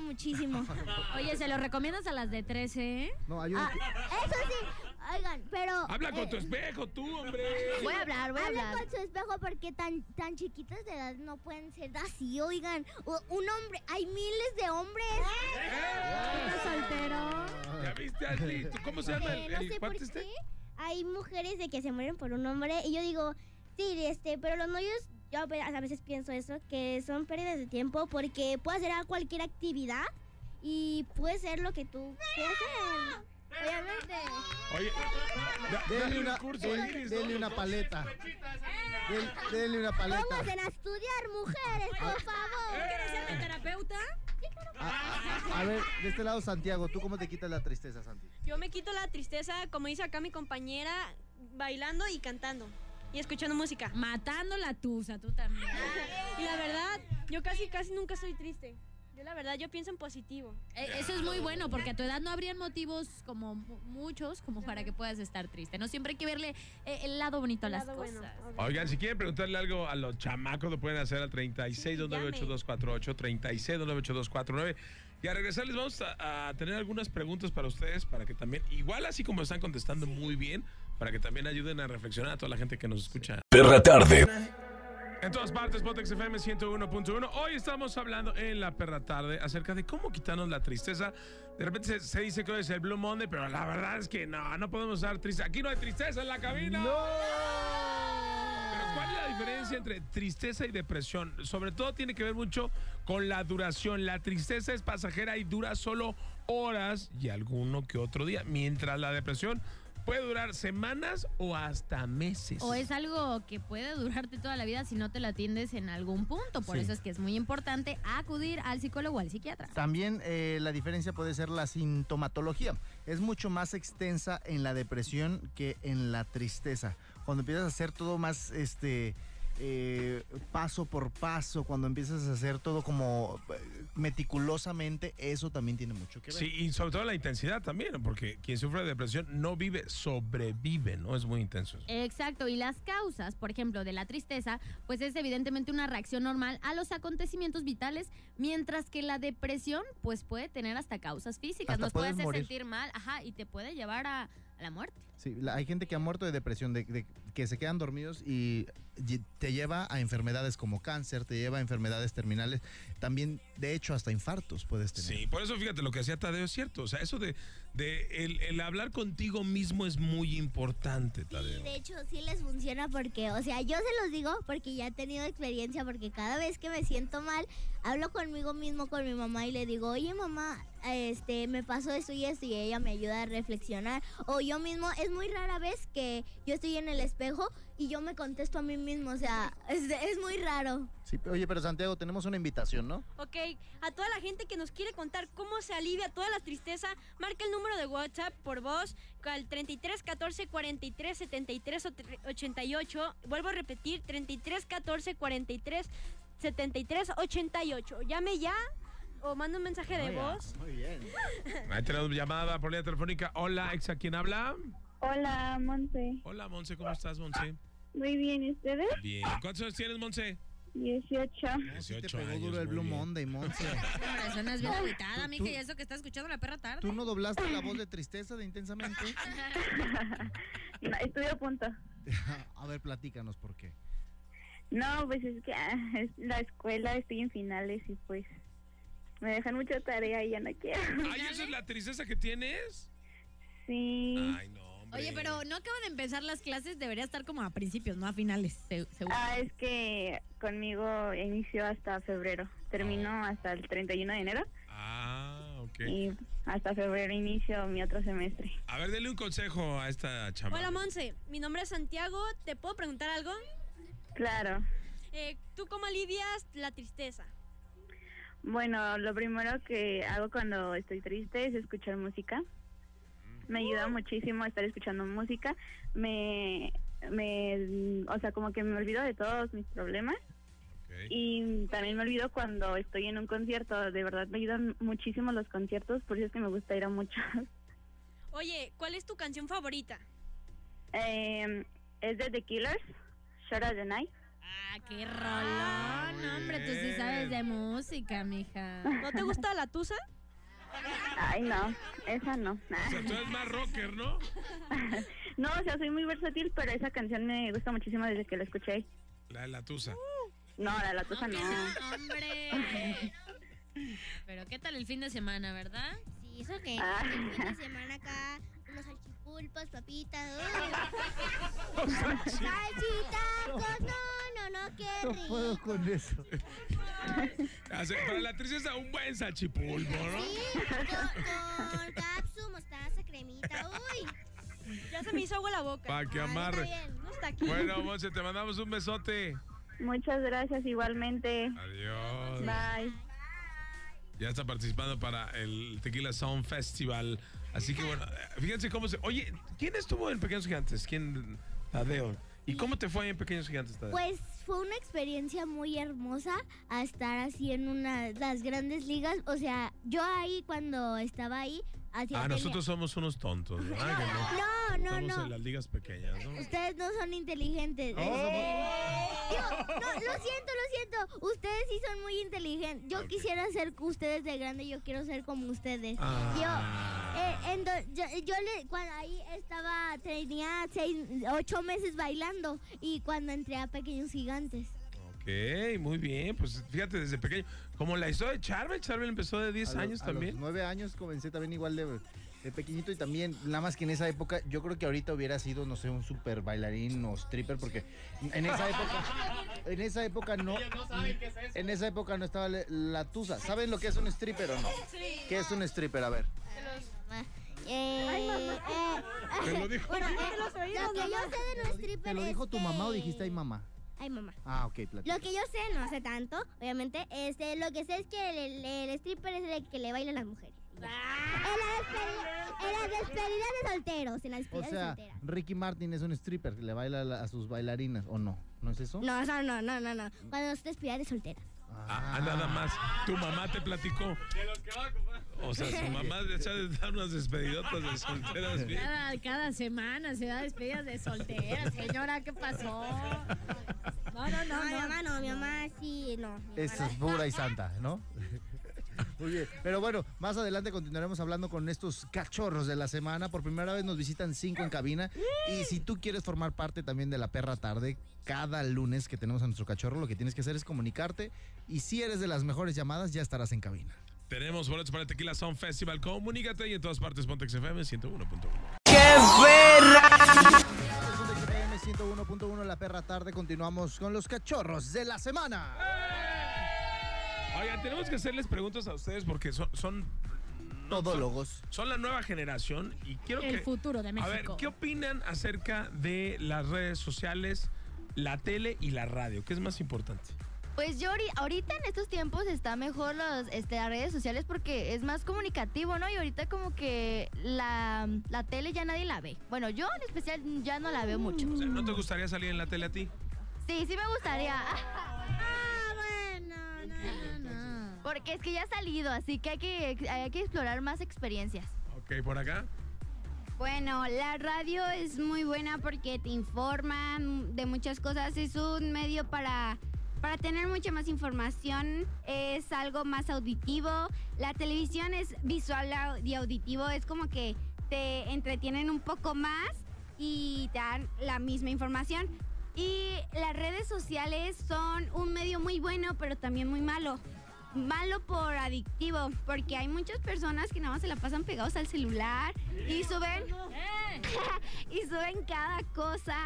S8: muchísimo.
S5: Oye, ¿se lo recomiendas a las de 13, eh?
S3: No, hay una-
S8: Eso sí, oigan, pero...
S1: Habla
S8: Ah, eh,
S1: con tu espejo, tú, hombre.
S9: Voy a hablar, voy a
S8: Hablen
S9: hablar.
S8: con su espejo porque tan, tan chiquitas de edad no pueden ser así, oigan. O- Un hombre, hay miles de hombres. soltero?
S1: ¿Ya viste, Ashley? ¿Tú ¡Eh! ¿Cómo se llama el,
S8: Eh, no
S1: el
S8: sé por
S1: cuate este?
S8: qué hay mujeres de que se mueren por un hombre y yo digo, sí, este, pero los novios, yo a ve- a veces pienso eso, que son pérdidas de tiempo porque puedes hacer a cualquier actividad y puede ser lo que tú quieras hacer. Obviamente.
S1: Oye, da- dale
S3: Denle
S1: un
S3: una,
S1: curso,
S3: den-
S1: Iris, ¿no? ¿eh?
S3: denle una paleta. Den- denle una paleta.
S8: Pónganse a estudiar, mujeres,
S1: Ah.
S8: por favor.
S2: ¿Quieres ser mi terapeuta?
S3: A ver, de este lado, Santiago, ¿tú cómo te quitas la tristeza, Santi?
S7: Yo me quito la tristeza, como dice acá mi compañera, bailando y cantando. Y escuchando música. Ah,
S5: Matando la tusa, tú también.
S7: Y la verdad, yo casi, casi nunca estoy triste. Yo la verdad, yo pienso en positivo.
S5: Eh, Eso es muy bueno, porque a tu edad no habrían motivos como mu- muchos como para que puedas estar triste. No siempre hay que verle eh, el lado bonito a las
S7: Lado bueno.
S5: cosas.
S1: Oigan, si quieren preguntarle algo a los chamacos, lo pueden hacer al 36 298 36 298 Y al regresar les vamos a, a tener algunas preguntas para ustedes, para que también, igual así como están contestando muy bien, para que también ayuden a reflexionar a toda la gente que nos escucha.
S4: Perra tarde.
S1: En todas partes, Botex FM 101.1. Hoy estamos hablando en la perra tarde acerca de cómo quitarnos la tristeza. De repente se, se dice que hoy es el Blue Monday, pero la verdad es que no, no podemos estar tristes. Aquí no hay tristeza en la cabina.
S3: No.
S1: Pero ¿cuál es la diferencia entre tristeza y depresión? Sobre todo tiene que ver mucho con la duración. La tristeza es pasajera y dura solo horas y alguno que otro día, mientras la depresión puede durar semanas o hasta meses.
S5: O es algo que puede durarte toda la vida si no te la atiendes en algún punto. Por
S3: Sí.
S5: eso es que es muy importante acudir al psicólogo o al psiquiatra.
S3: También eh, la diferencia puede ser la sintomatología. Es mucho más extensa en la depresión que en la tristeza. Cuando empiezas a hacer todo más este eh, paso por paso, cuando empiezas a hacer todo como eh, meticulosamente, eso también tiene mucho que ver.
S1: Sí, y sobre todo la intensidad también, porque quien sufre de depresión no vive, sobrevive, ¿no? Es muy intenso. eso.
S5: Exacto, y las causas, por ejemplo, de la tristeza, pues es evidentemente una reacción normal a los acontecimientos vitales, mientras que la depresión, pues puede tener hasta causas físicas,
S3: Hasta
S5: nos puede
S3: puedes
S5: hacer
S3: morir.
S5: sentir mal, ajá, y te puede llevar a, a la muerte.
S3: Sí, la- hay gente que ha muerto de depresión, de, de- que se quedan dormidos y lle- te lleva a enfermedades como cáncer, te lleva a enfermedades terminales, también de hecho hasta infartos puedes tener.
S1: Sí, por eso fíjate, lo que hacía Tadeo es cierto. O sea, eso de, de el, el hablar contigo mismo es muy importante, Tadeo.
S8: De hecho, sí les funciona porque, o sea, yo se los digo porque ya he tenido experiencia, porque cada vez que me siento mal, hablo conmigo mismo, con mi mamá y le digo, oye mamá, este, me pasó esto y esto y ella me ayuda a reflexionar. O yo mismo, es muy rara vez que yo estoy en el espejo y yo me contesto a mí mismo, o sea, es, es muy raro.
S3: Sí, oye, pero Santiago, tenemos una invitación, ¿no?
S7: Ok, a toda la gente que nos quiere contar cómo se alivia toda la tristeza, marca el número de WhatsApp por voz al 33 14 43 73 88. Vuelvo a repetir, 33 14 43 73 88. Llame ya o manda un mensaje de voz.
S3: Muy bien.
S1: Ahí tenemos llamada por línea telefónica. Hola, ex, ¿a quién habla?
S11: Hola, Monte.
S1: Hola, Monse, ¿cómo estás, Monse?
S11: Muy bien, ¿y ustedes?
S1: Bien. ¿Cuántos años tienes, Monse?
S11: 18.
S3: te pegó duro el Blue Monday, Monse.
S5: Personas bien
S3: No,
S5: aguitada,
S3: tú-
S5: mija,
S3: tú-
S5: y eso que está escuchando la perra tarde.
S3: ¿Tú no doblaste la voz de tristeza de intensamente?
S11: No, estuve a punto.
S3: a ver, platícanos por qué.
S11: No, pues es que ah, es la escuela, estoy en finales y pues me dejan mucha tarea y ya no quiero.
S1: Ay, ¿esa es la tristeza que tienes?
S11: Sí.
S1: Ay, no, hombre.
S5: Oye, pero no acaban de empezar las clases, debería estar como a principios, no a finales, se- seguro.
S11: Ah, es que conmigo inició hasta febrero. Terminó hasta el 31 de enero
S1: Ah, ok.
S11: y hasta febrero inicio mi otro semestre.
S1: A ver, dele un consejo a esta chama.
S7: Hola, Monse. Mi nombre es Santiago. ¿Te puedo preguntar algo?
S11: Claro.
S7: Eh, ¿Tú cómo alivias la tristeza?
S11: Bueno, lo primero que hago cuando estoy triste es escuchar música. Me ayuda muchísimo estar escuchando música. Me, me, o sea, como que me olvido de todos mis problemas. Y también me olvido cuando estoy en un concierto. De verdad me ayudan muchísimo los conciertos, por eso es que me gusta ir a muchos.
S7: Oye, ¿cuál es tu canción favorita?
S11: Eh, es de The Killers, Shut of the Night.
S5: Ah, qué rolón, Ah, no, hombre, tú sí sabes de música, mija.
S7: ¿No te gusta la tusa?
S11: Ay, no, esa no.
S1: O sea, tú eres más rocker, ¿no?
S11: No, o sea, soy muy versátil, pero esa canción me gusta muchísimo desde que la escuché.
S1: La de la tusa.
S11: No, la de la tusa no.
S5: Hombre. Pero qué tal el fin de semana, ¿verdad?
S8: Sí, eso que
S11: Ah.
S8: el fin de semana acá, unos salchipulpos, papitas. uh.
S3: Los salchipulpos.
S8: Salchitacos, no, no, no, qué rico.
S3: puedo con eso.
S1: Hace- Para la tristeza, un buen sachipulpo, ¿no?
S8: Sí, con, con capsu, mostaza, cremita, uy.
S7: Ya se me hizo agua la boca.
S1: Pa' que amarre.
S7: No está aquí.
S1: Bueno, Monse, te mandamos un besote.
S11: Muchas gracias igualmente.
S1: Adiós.
S11: Bye.
S1: Ya está participando para el Tequila Sound Festival. Así que bueno, eh, fíjense cómo se. Oye, ¿quién estuvo en Pequeños Gigantes? ¿Quién? Tadeo. ¿Y cómo te fue en Pequeños Gigantes, Tadeo?
S8: Pues fue una experiencia muy hermosa a estar así en una las grandes ligas. O sea, yo ahí cuando estaba ahí hacía
S1: ah,
S8: tele-
S1: nosotros somos unos tontos, ¿verdad? Que
S8: No, no,
S1: Estamos
S8: no.
S1: en las ligas pequeñas, ¿no?
S8: Ustedes no son inteligentes.
S1: Oh.
S8: Digo, no, lo siento, lo siento. Ustedes sí son muy inteligentes. Yo quisiera ser c- ustedes de grande, yo quiero ser como ustedes.
S1: Ah.
S8: Yo, eh, ento- yo, yo le- cuando ahí estaba, tenía seis, ocho meses bailando y cuando entré a Pequeños Gigantes.
S1: Ok, muy bien. Pues fíjate, desde pequeño. Como la historia de Charvel, Charvel empezó de 10
S3: A lo-
S1: años
S3: a
S1: también.
S3: los nueve años comencé también igual de De pequeñito y también, nada más que en esa época, yo creo que ahorita hubiera sido, no sé, un super bailarín o stripper, porque en esa época, en esa época no, en esa época no estaba le- la tusa. ¿Saben lo que es un stripper o no?
S8: Sí.
S3: ¿Qué es un stripper? A ver.
S8: Eh, eh,
S3: Te lo dijo.
S8: bueno, eh,
S3: Te los oídos,
S8: lo que yo
S3: mamá.
S8: sé de un stripper
S3: ¿Te lo
S8: es
S3: dijo tu
S8: que-
S3: mamá o dijiste ay mamá?
S8: Ay, mamá.
S3: Ah, ok,
S8: Lo
S3: platica.
S8: que yo sé, no sé tanto, obviamente, este, lo que sé es que el, el- el stripper es el que le baila a las mujeres. Ya. En las despedi- en las despedidas de solteros, en las
S3: O
S8: despedidas de
S3: sea,
S8: solteros.
S3: Ricky Martin es un stripper que le baila a la- a sus bailarinas, ¿o no? ¿No es eso?
S8: No, eso no, no, no, no. Cuando es despedida de solteras.
S1: Ah, nada más. Tu mamá te platicó. O sea, su mamá de echar de dar unas despedidotas de solteras bien.
S5: Cada, cada semana se da despedidas de soltera, señora, ¿qué pasó? No, no, no,
S8: mi
S5: no.
S8: mamá no, mi mamá sí, no. mi
S3: Esa
S8: mamá-
S3: es pura y santa, ¿no? Muy bien. Pero bueno, más adelante continuaremos hablando con estos cachorros de la semana. Por primera vez nos visitan cinco en cabina. Y si tú quieres formar parte también de la perra tarde, cada lunes que tenemos a nuestro cachorro, lo que tienes que hacer es comunicarte. Y si eres de las mejores llamadas, ya estarás en cabina.
S1: Tenemos boletos para el Tequila Sound Festival. Comunícate y en todas partes Pontex FM 101.1.
S3: FM 101.1 La Perra Tarde. Continuamos con los cachorros de la semana.
S1: Oigan, tenemos que hacerles preguntas a ustedes porque son. son no,
S3: Todólogos.
S1: Son, son la nueva generación y quiero que.
S5: El futuro de México.
S1: A ver, ¿qué opinan acerca de las redes sociales, la tele y la radio? ¿Qué es más importante?
S9: Pues yo ahori- ahorita en estos tiempos está mejor los, este, las redes sociales porque es más comunicativo, ¿no? Y ahorita como que la, la tele ya nadie la ve. Bueno, yo en especial ya no la veo mucho.
S1: O sea, ¿no te gustaría salir en la tele a ti?
S9: Sí, sí me gustaría.
S8: Ah, No, no,
S9: no. Porque es que ya ha salido, así que hay que, ex- hay que explorar más experiencias.
S1: Ok, por acá.
S10: Bueno, la radio es muy buena porque te informa de muchas cosas. Es un medio para, para tener mucha más información. Es algo más auditivo. La televisión es visual au- y auditivo. Es como que te entretienen un poco más y te dan la misma información. Y las redes sociales son un medio muy bueno, pero también muy malo. Malo por adictivo, porque hay muchas personas que nada más se la pasan pegados al celular y suben
S5: Eh.
S10: y suben cada cosa.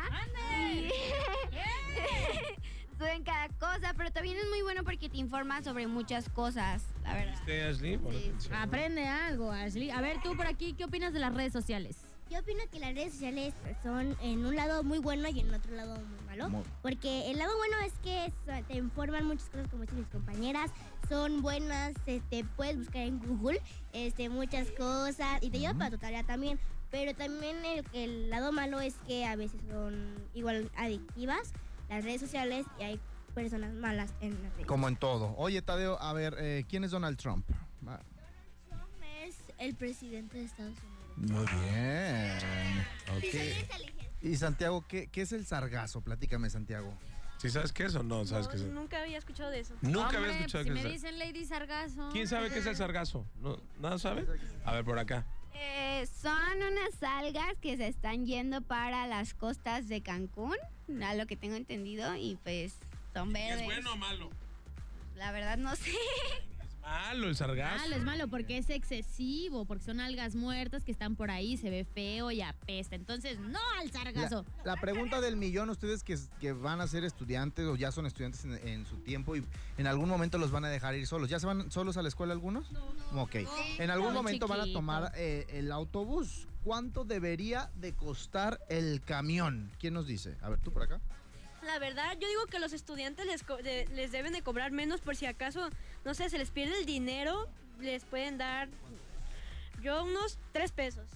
S10: Y- suben cada cosa, pero también es muy bueno porque te informa sobre muchas cosas, la verdad.
S1: ¿Viste, Ashley? Pon atención.
S5: Aprende algo, Ashley. A ver, tú por aquí, ¿qué opinas de las redes sociales?
S8: Yo opino que las redes sociales son en un lado muy bueno y en otro lado muy malo.
S3: Muy-
S8: Porque el lado bueno es que so- te informan muchas cosas como dicen mis compañeras, son buenas, este, puedes buscar en Google este, muchas cosas y te lleva para tu tarea también. Pero también el, el lado malo es que a veces son igual adictivas las redes sociales y hay personas malas en las redes.
S3: Como en todo. Oye, Tadeo, a ver, eh, ¿quién es Donald Trump? Ah,
S8: Es el presidente de Estados Unidos.
S3: Muy bien. Ok. Y Santiago, ¿qué, qué es el sargazo? Platícame, Santiago.
S1: ¿Sí sabes qué es o no sabes qué es?
S7: Nunca había escuchado de eso.
S1: Nunca había escuchado
S5: pues si
S1: que
S5: me
S1: es-
S5: dicen Lady Sargazo.
S1: ¿Quién sabe qué es el sargazo? ¿No, ¿Nada sabe? A ver, por acá.
S10: Eh, son unas algas que se están yendo para las costas de Cancún, a lo que tengo entendido, y pues son
S5: Eh,
S10: verdes.
S1: ¿Es bueno o malo?
S10: La verdad no sé.
S1: Malo el sargazo.
S5: Malo, es malo porque es excesivo, porque son algas muertas que están por ahí, se ve feo y apesta. Entonces, no al sargazo.
S3: La, la pregunta del millón, ustedes que, que van a ser estudiantes o ya son estudiantes en, en su tiempo y en algún momento los van a dejar ir solos. ¿Ya se van solos a la escuela algunos? Ok. En algún
S5: No,
S3: momento van a
S5: chiquito.
S3: tomar eh, el autobús. ¿Cuánto debería de costar el camión? ¿Quién nos dice? A ver, tú por acá.
S7: La verdad, yo digo que los estudiantes les, co- de- les deben de cobrar menos por si acaso, no sé, se les pierde el dinero, les pueden dar yo unos tres pesos.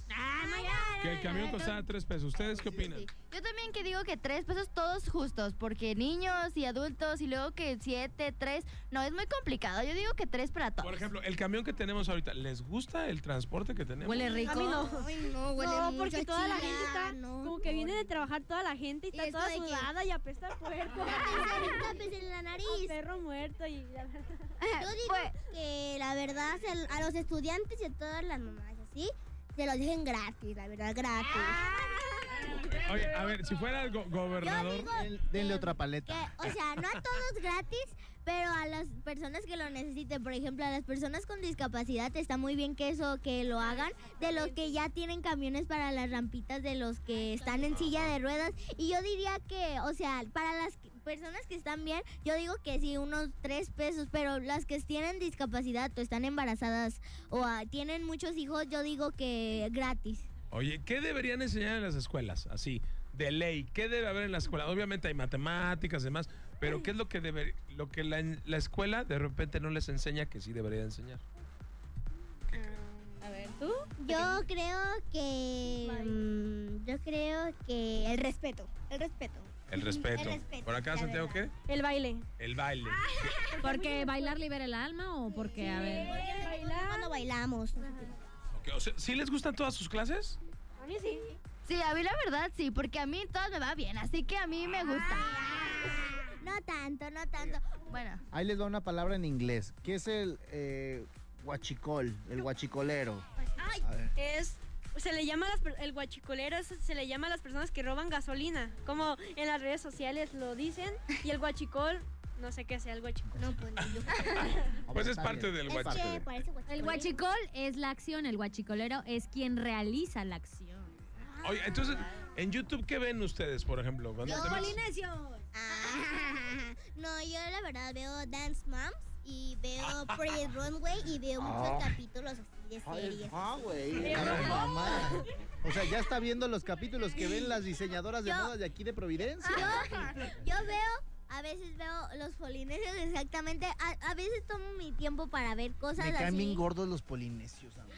S1: Que el camión costaba tres pesos. ¿Ustedes qué opinan?
S9: Yo también que digo que tres pesos todos justos, porque niños y adultos y luego que siete, tres, no, es muy complicado. Yo digo que tres para todos.
S1: Por ejemplo, el camión que tenemos ahorita, ¿les gusta el transporte que tenemos?
S5: Huele rico.
S7: A mí no.
S8: Ay, no, huele
S7: no,
S8: mucho
S7: porque
S8: a
S7: toda la
S8: chile.
S7: gente está como que viene de trabajar toda la gente y está
S8: esto
S7: toda
S8: de que-
S7: sudada y apesta el puerco.
S8: Tapes pues en la nariz.
S7: Un perro muerto y la verdad.
S8: Yo digo
S7: pues.
S8: que la verdad se- a los estudiantes y a todas las mamás así se los dejen gratis, la verdad, gratis.
S1: Oye, a ver, si fuera el go- gobernador.
S3: Denle otra paleta.
S8: O sea, no a todos gratis, pero a las personas que lo necesiten, por ejemplo, a las personas con discapacidad está muy bien que eso que lo hagan de los que ya tienen camiones para las rampitas de los que están en silla de ruedas y yo diría que, o sea, para las que- personas que están bien, yo digo que sí unos tres pesos, pero las que tienen discapacidad o están embarazadas o ah, tienen muchos hijos, yo digo que gratis.
S1: Oye, ¿qué deberían enseñar en las escuelas? Así, de ley, ¿qué debe haber en la escuela? Obviamente hay matemáticas y demás, pero ¿qué es lo que debe, lo que la, la escuela de repente no les enseña que sí debería enseñar?
S8: A ver, ¿tú? Yo creo que. mm, yo creo que. El respeto. El respeto.
S1: El respeto.
S8: El respeto,
S1: ¿Por acá,
S8: la Ah.
S1: Santiago, qué?
S7: El baile.
S1: El baile.
S5: Porque bailar libera el alma o porque, a ver.
S8: Cuando bailamos.
S1: Ok, o sea, ¿Sí les gustan todas sus clases?
S7: A mí sí.
S9: Sí, a mí la verdad sí, porque a mí todo me va bien, así que a mí me gusta.
S8: Ah. No tanto, no tanto.
S9: Bueno,
S3: Ahí les va una palabra en inglés. ¿Qué es el eh, guachicol? El guachicolero.
S7: Ay,
S3: A ver.
S7: es. Se le llama a las per- el guachicolero, es- se le llama a las personas que roban gasolina. Como en las redes sociales lo dicen. Y el guachicol, no sé qué sea el guachicol. No, pues
S1: Pues es parte del guachicol.
S5: El guachicol es la acción, el guachicolero es quien realiza la acción.
S1: Oye, entonces, en YouTube, ¿qué ven ustedes, por ejemplo? Cuando te metes?
S8: no, yo la verdad veo Dance Moms y veo Project Runway y veo
S3: Ah.
S8: muchos capítulos así de series.
S3: Ah, güey. Ah, mamá. O sea, ya está viendo los capítulos que ven las diseñadoras de
S8: Yo-
S3: modas de aquí de Providencia.
S8: Yo veo, a veces veo los polinesios exactamente. A, a veces tomo mi tiempo para ver cosas
S3: Me caen bien
S8: así.
S3: gordos los polinesios. amigo.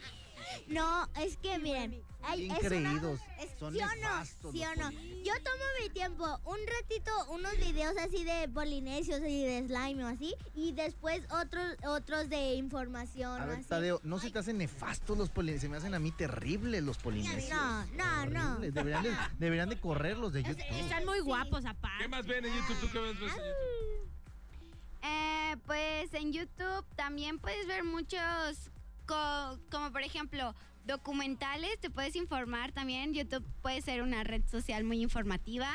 S8: No, es que miren, hay,
S3: Bien
S8: es una-
S3: creídos.
S8: es-
S3: Son
S8: ¿sí o no?
S3: nefastos
S8: ¿Sí
S3: los
S8: o no?
S3: polinesios.
S8: Yo tomo mi tiempo, un ratito, unos videos así de polinesios y de slime o así, y después otros otros de información.
S3: A
S8: o
S3: ver,
S8: así.
S3: Tadeo, ¿no se te hacen nefastos los polinesios? Se me hacen a mí terribles los polinesios.
S8: No, no, no.
S3: Horribles. Deberían de, deberían de correr los de YouTube.
S5: Están muy guapos, aparte.
S1: ¿Qué más ven en YouTube? ¿Tú qué ves ves en YouTube?
S10: Eh, pues en YouTube también puedes ver muchos, co- como por ejemplo documentales, te puedes informar también. YouTube puede ser una red social muy informativa.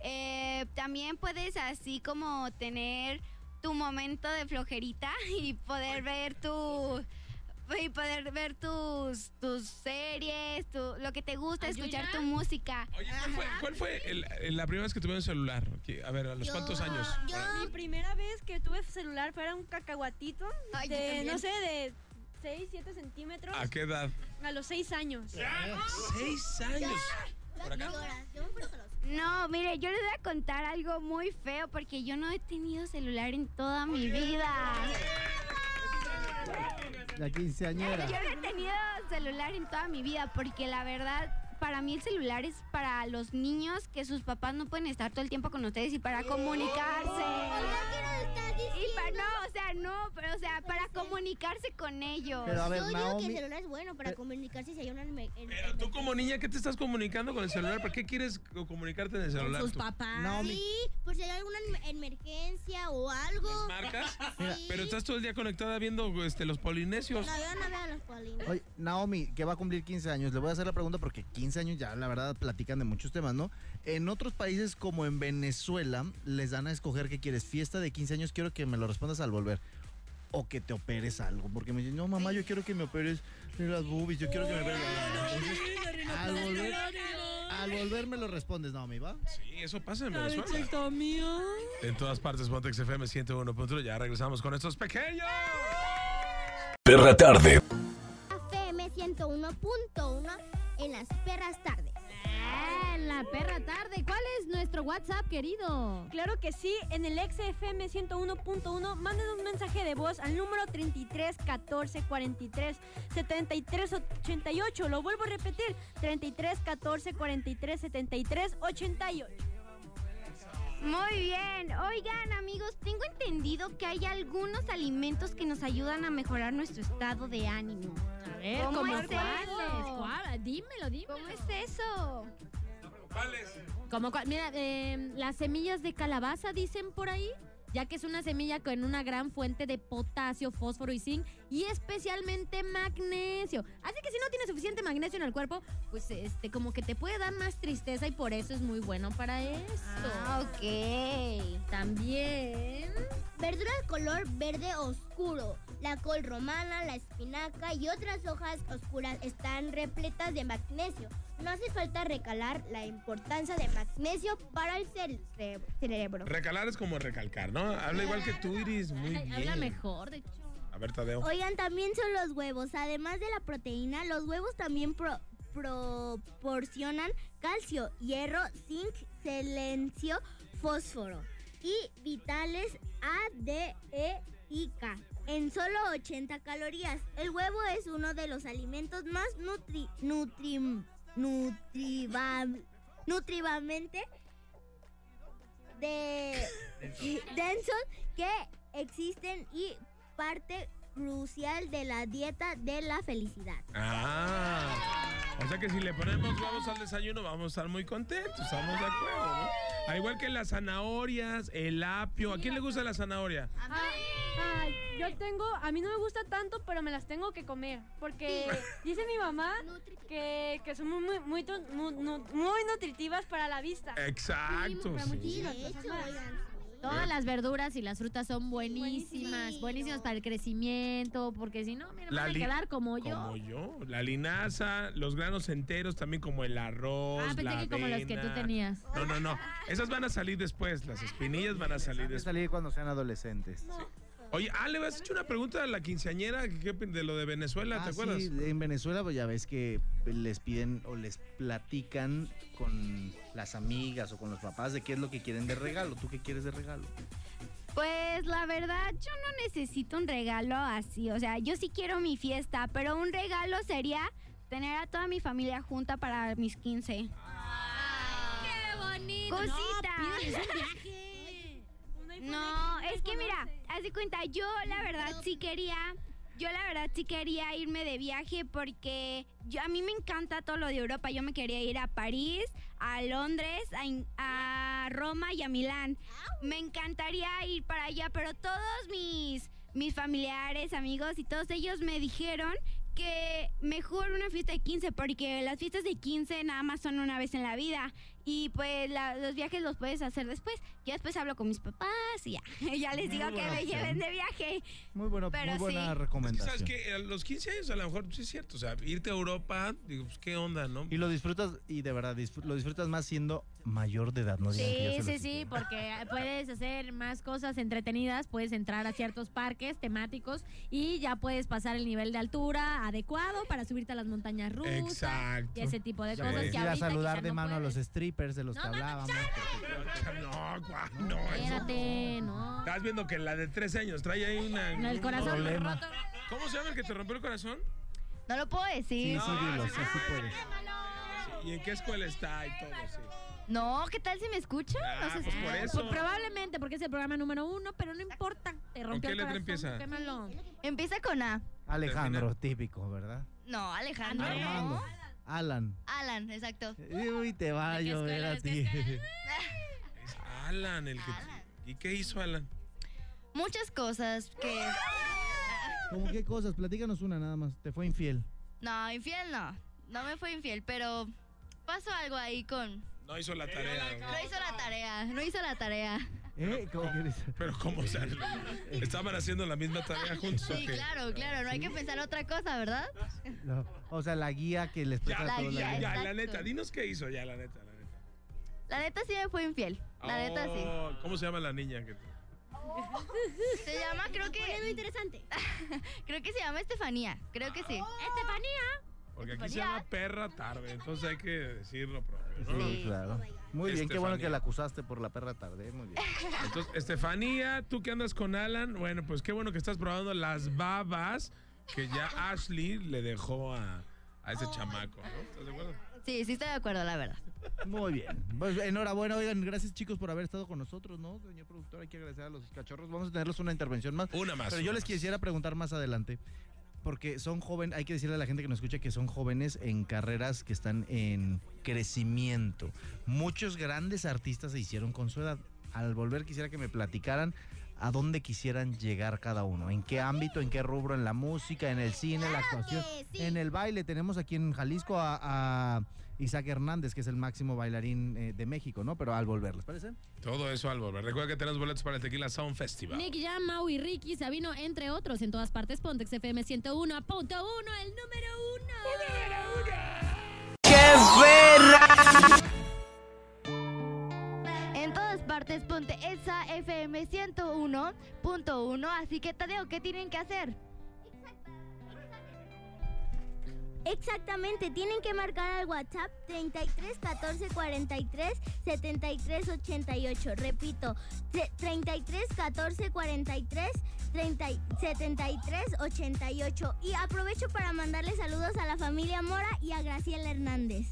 S10: Eh, también puedes así como tener tu momento de flojerita y poder ver tu y poder ver tus tus series, tu- lo que te gusta, escuchar tu música.
S1: Oye, ¿cuál fue, cuál fue el- el- la primera vez que tuvieron celular? Que- A ver, ¿a los
S8: Yo-
S1: cuántos años?
S8: yo-
S7: Mi primera vez que tuve celular fue un cacahuatito
S10: Ay, yo
S7: de,
S10: también.
S7: no sé, de 6, 7 centímetros
S1: ¿A qué edad?
S7: a los 6 años.
S1: Seis años. Por acá.
S10: No, mire, yo les voy a contar algo muy feo porque yo no he tenido celular en toda mi vida.
S3: La quinceañera.
S10: Yo no he tenido celular en toda mi vida porque la verdad, para mí el celular es para los niños que sus papás no pueden estar todo el tiempo con ustedes y para comunicarse. Y para, no, o sea, no, pero o sea, para comunicarse con ellos.
S3: Pero a ver,
S8: Yo digo que el
S3: Naomi,
S8: celular es bueno
S3: Eh.
S8: para comunicarse si hay una... emer-
S1: Pero tú como niña, ¿qué te estás comunicando con el celular? ¿Para qué quieres co- comunicarte en el celular?
S5: Sus
S1: tú?
S5: papás.
S3: Naomi,
S8: Sí, por si hay alguna em- emergencia o algo.
S1: ¿Las marcas?
S8: Sí.
S1: Pero estás todo el día conectada viendo este, los polinesios.
S8: No, yo no veo los polines.
S3: Oye, Naomi, que va a cumplir 15 años, le voy a hacer la pregunta porque 15 años ya, la verdad, platican de muchos temas, ¿no? En otros países como en Venezuela, les dan a escoger qué quieres, fiesta de 15 años, quiero que me lo respondas al volver. O que te operes algo, porque me dicen, no, mamá, yo quiero que me operes las boobies, yo quiero que me operes. Entonces, al, volver, al volver me lo respondes, Naomi, ¿va?
S1: Sí, eso pasa en Venezuela. En todas partes, Pontex FM 101.1. Ya regresamos con estos pequeños.
S4: Perra tarde.
S8: FM 101.1 en las perras tardes.
S5: Ah, la perra tarde. ¿Cuál es nuestro WhatsApp, querido?
S7: Claro que sí, en el XFM 101.1 manden un mensaje de voz al número 33 14 43 73 88. Lo vuelvo a repetir, 33 14 43 73 88.
S10: Muy bien. Oigan, amigos, tengo entendido que hay algunos alimentos que nos ayudan a mejorar nuestro estado de ánimo.
S5: A ver,
S10: ¿Cómo
S5: ¿cómo
S10: es
S5: cuáles?
S10: eso?
S5: ¿Cuál? Dímelo, dímelo.
S10: ¿Cómo es eso?
S1: ¿Cuáles?
S5: Como cua- Mira, eh, las semillas de calabaza dicen por ahí
S2: ya que es una semilla con una gran fuente de potasio, fósforo y zinc y especialmente magnesio. Así que si no tienes suficiente magnesio en el cuerpo, pues este como que te puede dar más tristeza y por eso es muy bueno para esto.
S8: Ah,
S2: ok. También
S8: Verdura de color verde oscuro. La col romana, la espinaca y otras hojas oscuras están repletas de magnesio. No hace falta recalar la importancia de magnesio para el cere- cerebro.
S1: Recalar es como recalcar, ¿no? Habla igual que tú, Iris. Muy bien.
S2: mejor, de
S8: hecho.
S1: A ver, Tadeo.
S8: Oigan, también son los huevos. Además de la proteína, los huevos también pro- proporcionan calcio, hierro, zinc, selencio, fósforo y vitales A, D, E y K en solo 80 calorías. El huevo es uno de los alimentos más nutri, nutri- nutrivam- nutrivamente de densos que existen y parte crucial de la dieta de la felicidad.
S1: Ah. O sea que si le ponemos huevos al desayuno, vamos a estar muy contentos. Estamos de acuerdo, ¿no? Al igual que las zanahorias, el apio. ¿A quién le gusta la zanahoria?
S7: Ay, yo tengo, a mí no me gusta tanto, pero me las tengo que comer. Porque dice mi mamá que, que son muy, muy, muy, tu- mu- nu- muy nutritivas para la vista.
S1: Exacto. sí.
S2: Todas las verduras y las frutas son buenísimas, buenísimas para el crecimiento, porque si no, mira,
S1: La
S2: van a
S1: li-
S2: quedar como yo.
S1: Como yo. La linaza, los granos enteros, también como el arroz.
S2: Ah, pensé
S1: la
S2: que como los que tú
S1: avena.
S2: tenías.
S1: No, no, no. Esas van a salir después. Las espinillas van a salir después.
S12: salir cuando sean adolescentes.
S1: Oye, ah, le habías hecho una pregunta a la quinceañera que- que de lo de Venezuela, ¿te
S12: Ah,
S1: acuerdas?
S12: sí, en Venezuela pues ya ves que les piden o les platican con las amigas o con los papás de qué es lo que quieren de regalo. ¿Tú qué quieres de regalo?
S10: Pues la verdad, yo no necesito un regalo así. O sea, yo sí quiero mi fiesta, pero un regalo sería tener a toda mi familia junta para mis 15.
S2: ¡Qué bonito!
S10: Cosita.
S2: No, pídeles un viaje.
S10: No, es que eh. mira, haz de cuenta, yo la verdad sí quería, yo la verdad sí quería irme de viaje porque yo, a mí me encanta todo lo de Europa. Yo me quería ir a París, a Londres, a, In- a Roma y a Milán. Me encantaría ir para allá, pero todos mis, mis familiares, amigos y todos ellos me dijeron que mejor una fiesta de 15 porque las fiestas de 15 nada más son una vez en la vida y pues la- los viajes los puedes hacer después. Yo después hablo con mis papás y ya, ya les
S12: Muy
S10: digo que
S12: buena
S10: me
S12: opción.
S10: lleven de viaje.
S12: Muy, bueno,
S10: Pero
S12: muy buena
S10: sí.
S12: recomendación.
S1: ¿Sabes qué? A los 15 años a lo mejor sí es cierto. O sea, irte a Europa, digo, pues qué onda, ¿no?
S12: Y lo disfrutas, y de verdad, disfr- lo disfrutas más siendo mayor de edad, no digan que ya se
S2: Sí, sí,
S12: los-
S2: sí, porque puedes hacer más cosas entretenidas, puedes entrar a ciertos parques temáticos y ya puedes pasar el nivel de altura adecuado para subirte a las montañas rusas
S12: Exacto.
S2: y ese tipo de
S12: Ya
S2: cosas
S12: puedes
S2: que
S12: ir a
S2: ahorita
S12: saludar
S2: quizá
S12: de
S2: no
S12: mano a
S2: puedes.
S12: los strippers de los que hablábamos.
S1: No, guau, no. eso-
S2: Espérate, no.
S1: Estás viendo que la de 13 años trae ahí una.
S2: No, el corazón
S1: problema.
S2: roto.
S1: ¿Cómo se llama el que te rompió el corazón? Ah,
S9: No lo puedo decir.
S1: ¿Y en qué escuela está y todo? Sí.
S9: No, ¿qué tal si me escuchan?
S1: Ah,
S9: No sé
S1: pues
S9: si-
S1: por eso.
S2: Pues probablemente porque es el programa número uno, pero no importa. Te
S1: ¿Con
S2: rompió
S1: qué
S2: el
S1: letra
S2: corazón,
S1: empieza?
S2: quémalo.
S9: Empieza con A.
S12: Alejandro, típico, ¿verdad?
S9: No, Alejandro.
S12: Armando. Alan.
S9: Alan, exacto.
S12: Uy, te va a llover a ti.
S1: Alan, el que. ¿Y qué hizo Alan?
S9: Muchas cosas que...
S12: ¿Cómo qué cosas? Platícanos una nada más. Te fue infiel.
S9: No, infiel no. No me fue infiel, pero pasó algo ahí con...
S1: No hizo la tarea.
S9: No hizo la tarea, no hizo la tarea.
S12: ¿Eh? ¿Cómo quieres?
S1: Pero ¿cómo? O sea, estaban haciendo la misma tarea juntos.
S9: Sí,
S1: o qué?
S9: claro, claro, no hay que pensar otra cosa, ¿verdad?
S12: No, O sea, la guía que les
S1: Ya,
S12: presta
S1: la,
S12: todo
S1: ya,
S12: la
S1: ya,
S12: guía.
S1: la neta, dinos qué hizo ya, la neta. La neta,
S9: La neta sí me fue infiel. La neta sí.
S1: Oh, ¿Cómo se llama la niña? que-
S9: Se llama, creo que...
S8: muy interesante.
S9: creo que se llama Estefanía, creo que sí.
S2: Estefanía.
S1: Porque aquí se llama perra tarde, entonces hay que decirlo propio. ¿no?
S12: Sí, claro. Muy bien, qué bueno
S1: Estefanía.
S12: que la acusaste por la perra tarde. ¿eh? Muy bien.
S1: Entonces, Estefanía, tú que andas con Alan, bueno, pues qué bueno que estás probando las babas que ya Ashley le dejó a, a ese chamaco, ¿no? ¿Estás de acuerdo?
S9: Sí, sí estoy de acuerdo, la verdad.
S12: Muy bien. Pues enhorabuena, oigan, gracias chicos por haber estado con nosotros, ¿no? Señor productor, hay que agradecer a los cachorros. Vamos a tenerlos una intervención más.
S1: Una más,
S12: Pero
S1: una
S12: yo les
S1: más.
S12: quisiera preguntar más adelante. Porque son jóvenes, hay que decirle a la gente que nos escucha que son jóvenes en carreras que están en crecimiento. Muchos grandes artistas se hicieron con su edad. Al volver quisiera que me platicaran a dónde quisieran llegar cada uno, en qué ámbito, en qué rubro, en la música, en el cine, en la actuación, en el baile. Tenemos aquí en Jalisco a, a Isaac Hernández, que es el máximo bailarín eh, de México, ¿no? Pero al volver, ¿les parece?
S1: Todo eso al volver. Recuerda que tenemos boletos para el Tequila Sound Festival.
S5: Nick Jam, Maui, Ricky, Sabino, entre otros, en todas partes. Pontex FM 101.1, el número uno.
S10: ¡Qué
S9: En todas partes ponte Elsa FM 101.1, así que Tadeo, ¿qué tienen que hacer?
S8: Exactamente, tienen que marcar al WhatsApp 33 14 43 73 88. Repito, tre- 33 14 43 30 y- 73 88. Y aprovecho para mandarle saludos a la familia Mora y a Graciela Hernández.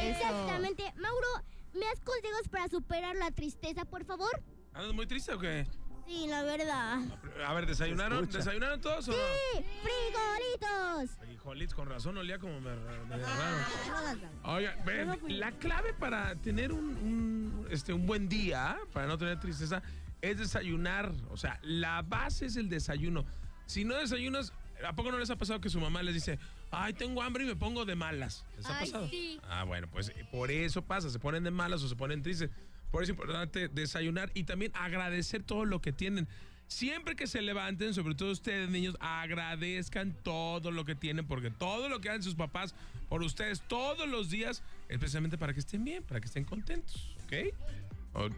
S8: Exactamente, Mauro, ¿me das consejos para superar la tristeza, por favor?
S1: ¿Andas muy triste o qué?
S8: Sí, la verdad.
S1: A ver, ¿desayunaron?
S8: Escucha.
S1: ¿Desayunaron todos o no?
S8: Sí, frijolitos.
S1: Híjole, con razón olía como me, me raro. Oiga, ven, la clave para tener un, un, este, un buen día, para no tener tristeza, es desayunar. O sea, la base es el desayuno. Si no desayunas, ¿a poco no les ha pasado que su mamá les dice, ay, tengo hambre y me pongo de malas? ¿Les ha pasado? Ah, bueno, pues eh, por eso pasa, se ponen de malas o se ponen tristes. Por eso es importante desayunar y también agradecer todo lo que tienen. Siempre que se levanten, sobre todo ustedes niños, agradezcan todo lo que tienen, porque todo lo que hacen sus papás por ustedes todos los días, especialmente para que estén bien, para que estén contentos, ¿ok?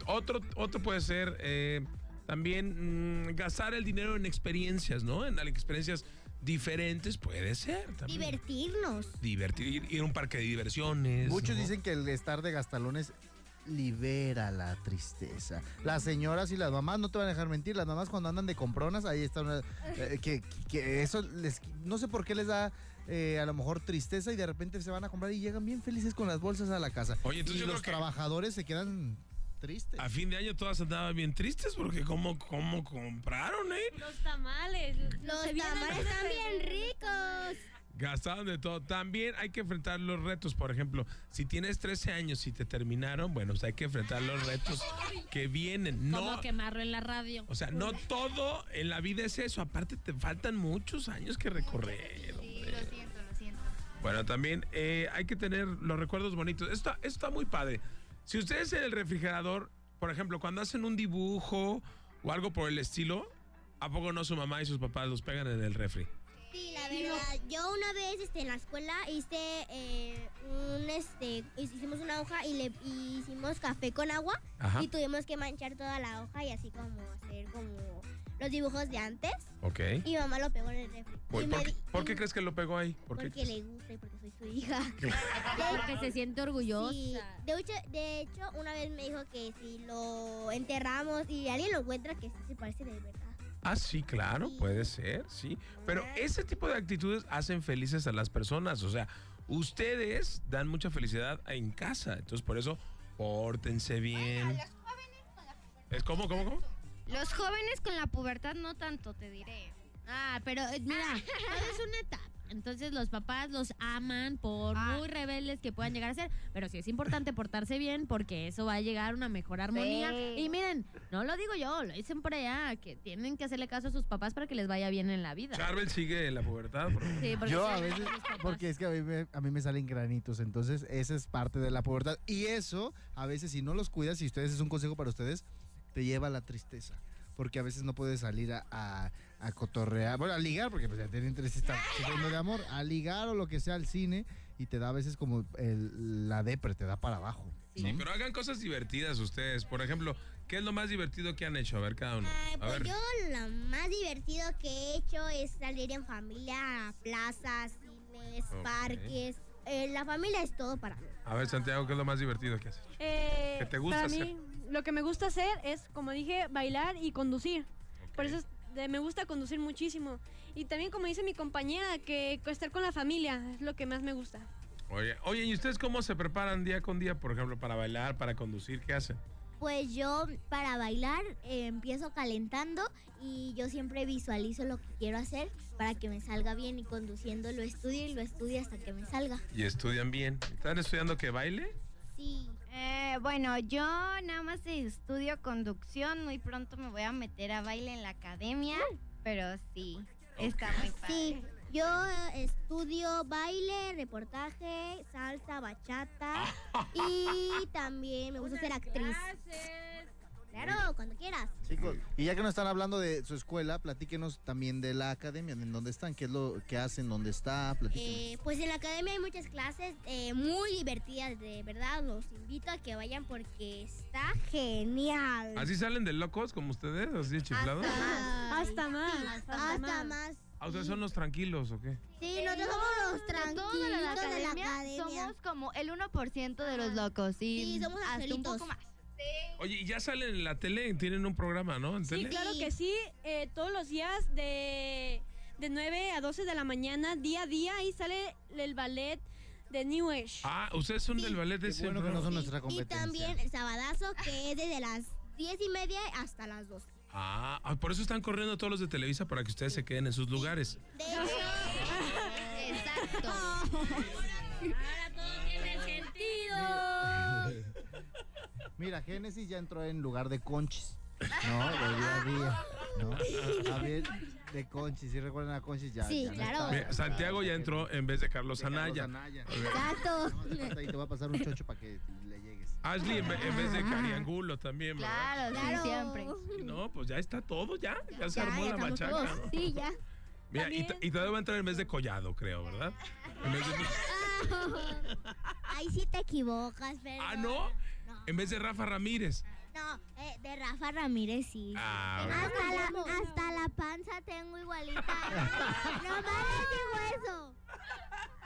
S1: O- Otro, otro puede ser eh, también mm, gastar el dinero en experiencias, ¿no? En experiencias diferentes puede ser. También.
S8: Divertirnos.
S1: Divertir, ir, ir a un parque de diversiones.
S3: Muchos
S1: ¿no?
S3: dicen que el estar de gastalones libera la tristeza. Las señoras y las mamás no te van a dejar mentir. Las mamás cuando andan de compronas, ahí están. eh, que, que eso les. No sé por qué les da. eh, a lo mejor tristeza y de repente se van a comprar y llegan bien felices con las bolsas a la casa.
S1: Oye, entonces
S3: y
S1: yo creo
S3: los
S1: que-
S3: trabajadores se quedan tristes.
S1: A fin de año todas andaban bien tristes porque cómo, cómo compraron, ¿eh?
S7: Los tamales.
S8: Los tamales están bien ricos.
S1: Gastaron de todo. También hay que enfrentar los retos. Por ejemplo, si tienes 13 años y te terminaron, bueno, o sea, hay que enfrentar los retos que vienen. No,
S5: Como quemarlo en la radio.
S1: o sea, no todo en la vida es eso. Aparte, te faltan muchos años que recorrer. hombre.
S9: siento, lo siento.
S1: Bueno, también eh, hay que tener los recuerdos bonitos. Esto, esto está muy padre. Si ustedes en el refrigerador, por ejemplo, cuando hacen un dibujo o algo por el estilo, ¿a poco no su mamá y sus papás los pegan en el refri?
S8: Sí, la verdad. Yo una vez este, en la escuela hice eh, un este hicimos una hoja y le y hicimos café con agua
S1: Ajá.
S8: y tuvimos que manchar toda la hoja y así como hacer como los dibujos de antes.
S1: Ok.
S8: Y mamá lo pegó en el refri.
S1: Uy, ¿por,
S8: Y me
S1: qué,
S8: di-
S1: por qué crees que lo pegó ahí? ¿Por qué?
S8: porque le gusta y porque soy su hija.
S5: Porque se siente orgullosa.
S8: Sí, de, hecho, de hecho, una vez me dijo que si lo enterramos y alguien lo encuentra, que sí se parece de verdad.
S1: Ah, sí, claro, puede ser, sí. Pero ese tipo de actitudes hacen felices a las personas. O sea, ustedes dan mucha felicidad en casa. Entonces, por eso, pórtense bien. Es como, ¿cómo, cómo?
S10: Los jóvenes con la pubertad no tanto, te diré.
S5: Ah, pero eh, mira, todo es una etapa. Entonces los papás los aman por muy rebeldes que puedan llegar a ser, pero sí es importante portarse bien porque eso va a llegar a una mejor armonía.
S10: Sí.
S5: Y miren, no lo digo yo, lo dicen por allá, que tienen que hacerle caso a sus papás para que les vaya bien en la vida.
S1: Charbel sigue en la pubertad. por favor.
S5: Sí, porque
S3: Yo
S5: sí,
S3: a veces,
S5: mis papás.
S3: porque es que a mí, me, a mí me salen granitos, entonces esa es parte de la pubertad. Y eso, a veces si no los cuidas, si ustedes es un consejo para ustedes, te lleva a la tristeza. Porque a veces no puedes salir a, a- a cotorrear, bueno, a ligar, porque pues, ya tienen tres están sufriendo de amor, a ligar o lo que sea al cine, y te da a veces como el- la depre, te da para abajo.
S1: Sí, pero hagan cosas divertidas ustedes. Por ejemplo, ¿qué es lo más divertido que han hecho? A ver, cada uno. A
S8: Pues
S1: ver.
S8: yo lo más divertido que he hecho es salir en familia a plazas, cines,
S1: Ok.
S8: parques. Eh, la familia es todo para mí.
S1: A ver, Santiago, ¿qué es lo más divertido que has hecho?
S7: Eh,
S1: ¿Qué te gusta
S7: para
S1: hacer?
S7: mí, lo que me gusta hacer es, como dije, bailar y conducir. Por eso es- de- me gusta conducir muchísimo. Y también, como dice mi compañera, que estar con la familia es lo que más me gusta.
S1: Oye, oye, ¿y ustedes cómo se preparan día con día, por ejemplo, para bailar, para conducir? ¿Qué hacen?
S8: Pues yo para bailar eh, empiezo calentando y yo siempre visualizo lo que quiero hacer para que me salga bien y conduciendo lo estudio y lo estudio hasta que me salga.
S1: ¿Y estudian bien? ¿Están estudiando que baile?
S8: Sí.
S10: Eh, bueno, yo nada más estudio conducción. Muy pronto me voy a meter a baile en la academia. Pero sí, está muy padre.
S8: Sí, yo eh, estudio baile, reportaje, salsa, bachata y también me gusta ser actriz. Claro, cuando quieras.
S13: Chicos, y ya que nos están hablando de su escuela, platíquenos también de la academia, en dónde están, qué es lo que hacen, dónde está, platíquenos.
S8: Eh, pues en la academia hay muchas clases eh, muy divertidas, de verdad. Los invito a que vayan porque está genial.
S1: ¿Así salen de locos como ustedes? ¿Así chiflados?
S8: Hasta más. hasta, más.
S1: Ah, o sea, son los tranquilos, ¿o qué?
S8: Sí, nosotros somos los tranquilos
S9: Todos de la
S8: de la
S9: academia
S8: academia.
S9: somos como el 1% de los locos. Y
S8: Sí, somos
S9: hasta un
S8: angelitos.
S9: poco más.
S1: Oye, y ya salen en la tele, tienen un programa, ¿no? En
S7: Sí,
S1: tele.
S7: claro que sí. eh, todos los días de, de 9 a 12 de la mañana, día a día, ahí sale el ballet de New Age.
S1: Ah, ustedes son del ballet de ese.
S13: bueno que no son nuestra
S8: Y también el sabadazo que es desde las 10 y media hasta las 12.
S1: Ah, ah, por eso están corriendo todos los de Televisa para que ustedes se queden en sus lugares.
S9: Exacto.
S5: Ahora todo tiene sentido.
S3: Mira, Génesis ya entró en lugar de conchis. No, de día a día. ¿no? A ver, de conchis, si recuerdan a conchis ya.
S8: Sí,
S3: ya no
S8: claro.
S3: está,
S1: Mira,
S3: ya
S1: Santiago ya entró en vez de Carlos Anaya.
S8: Exacto.
S3: está, y te va a pasar un chocho para que le llegues.
S1: Ashley en, ve- en vez de Cariangulo también, ¿verdad?
S9: Claro, sí,
S8: Claro.
S9: siempre.
S1: No, pues ya está todo, ya. Ya se armó
S8: ya
S1: la
S8: estamos
S1: machaca.
S8: todos.
S1: ¿no?
S8: Sí, ya.
S1: Mira, y, ta- y todavía va a entrar en vez de Collado, creo, ¿verdad? En vez de-
S8: Ahí sí te equivocas, pero.
S1: ah, ¿no? En vez de Rafa Ramírez.
S8: No, eh, de Rafa Ramírez sí.
S1: Ah, ¿verdad?
S8: Hasta la, hasta la panza tengo igualita. no más digo eso.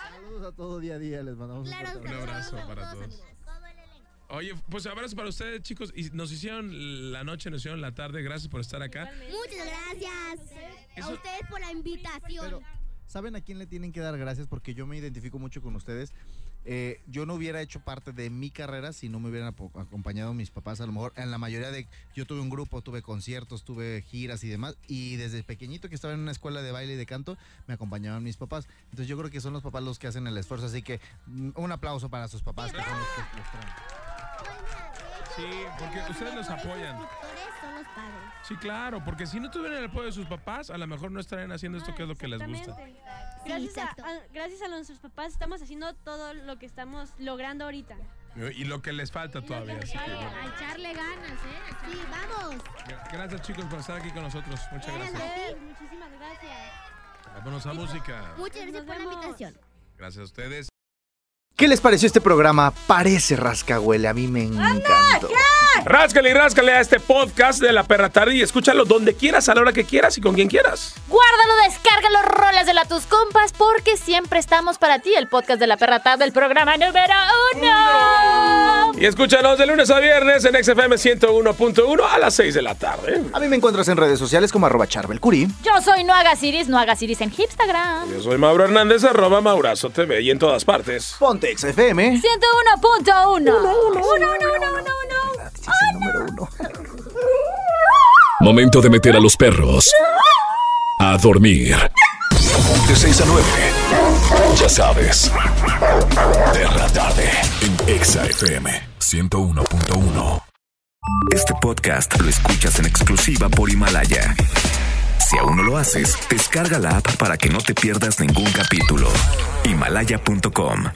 S3: Saludos a todo día a día, les mandamos
S8: Claro,
S3: un fuerte
S1: Un abrazo para
S8: Todos
S1: todos.
S8: amigos, todo el elenco.
S1: Oye, pues abrazo para ustedes, chicos. Y nos hicieron la noche, nos hicieron la tarde. Gracias por estar acá.
S8: Muchas gracias. A
S1: Eso-
S8: ustedes por la invitación.
S3: Pero, ¿saben a quién le tienen que dar gracias? Porque yo me identifico mucho con ustedes. Eh, yo no hubiera hecho parte de mi carrera si no me hubieran apo- acompañado mis papás. A lo mejor en la mayoría de... Yo tuve un grupo, tuve conciertos, tuve giras y demás. Y desde pequeñito que estaba en una escuela de baile y de canto, me acompañaban mis papás. Entonces yo creo que son los papás los que hacen el esfuerzo. Así que mm, un aplauso para sus papás. que son los que los traen.
S1: Sí, porque ustedes los apoyan.
S8: Ustedes son los padres.
S1: Sí, claro, porque si no tuvieran el apoyo de sus papás, a lo mejor no estarían haciendo esto que es lo que les gusta.
S7: Exactamente. Gracias, a-
S8: exacto.
S7: a, gracias a nuestros papás estamos haciendo todo lo que estamos logrando ahorita.
S1: Y lo que les falta todavía. así que, bueno.
S10: A echarle ganas, ¿eh?
S8: Sí, vamos.
S1: Gracias, chicos, por estar aquí con nosotros. Muchas gracias.
S8: Gracias.
S7: Muchísimas gracias.
S1: Vámonos a música.
S8: Muchas gracias por la invitación.
S1: Gracias a ustedes.
S3: ¿Qué les pareció este programa? Parece rascahuele. A mí me
S1: ¡Ah,
S3: encantó.
S1: Ráscale y ráscale a este podcast de La Perra Tarde y escúchalo donde quieras, a la hora que quieras y con quien quieras.
S2: Guárdalo, descárgalo, rolas de la tus compas, porque siempre estamos para ti, el podcast de la perra tarde, el programa número uno.
S1: Y escúchanos de lunes a viernes en XFM 101.1 a las 6 de la tarde.
S3: A mí me encuentras en redes sociales como arroba charbelcuri.
S2: Yo soy No Hagas Iris, No Hagas Iris en Instagram.
S1: Yo soy Mauro Hernández, arroba Maurazo TV y en todas partes.
S3: Ponte XFM.
S2: 101.1. Uno, uno, uno, uno, uno. Ah,
S14: Momento de meter a los perros a dormir. De 6 a 9. Ya sabes. Perra tarde en Exa FM 101.1.
S4: Este podcast lo escuchas en exclusiva por Himalaya. Si aún no lo haces, descarga la app para que no te pierdas ningún capítulo. Himalaya.com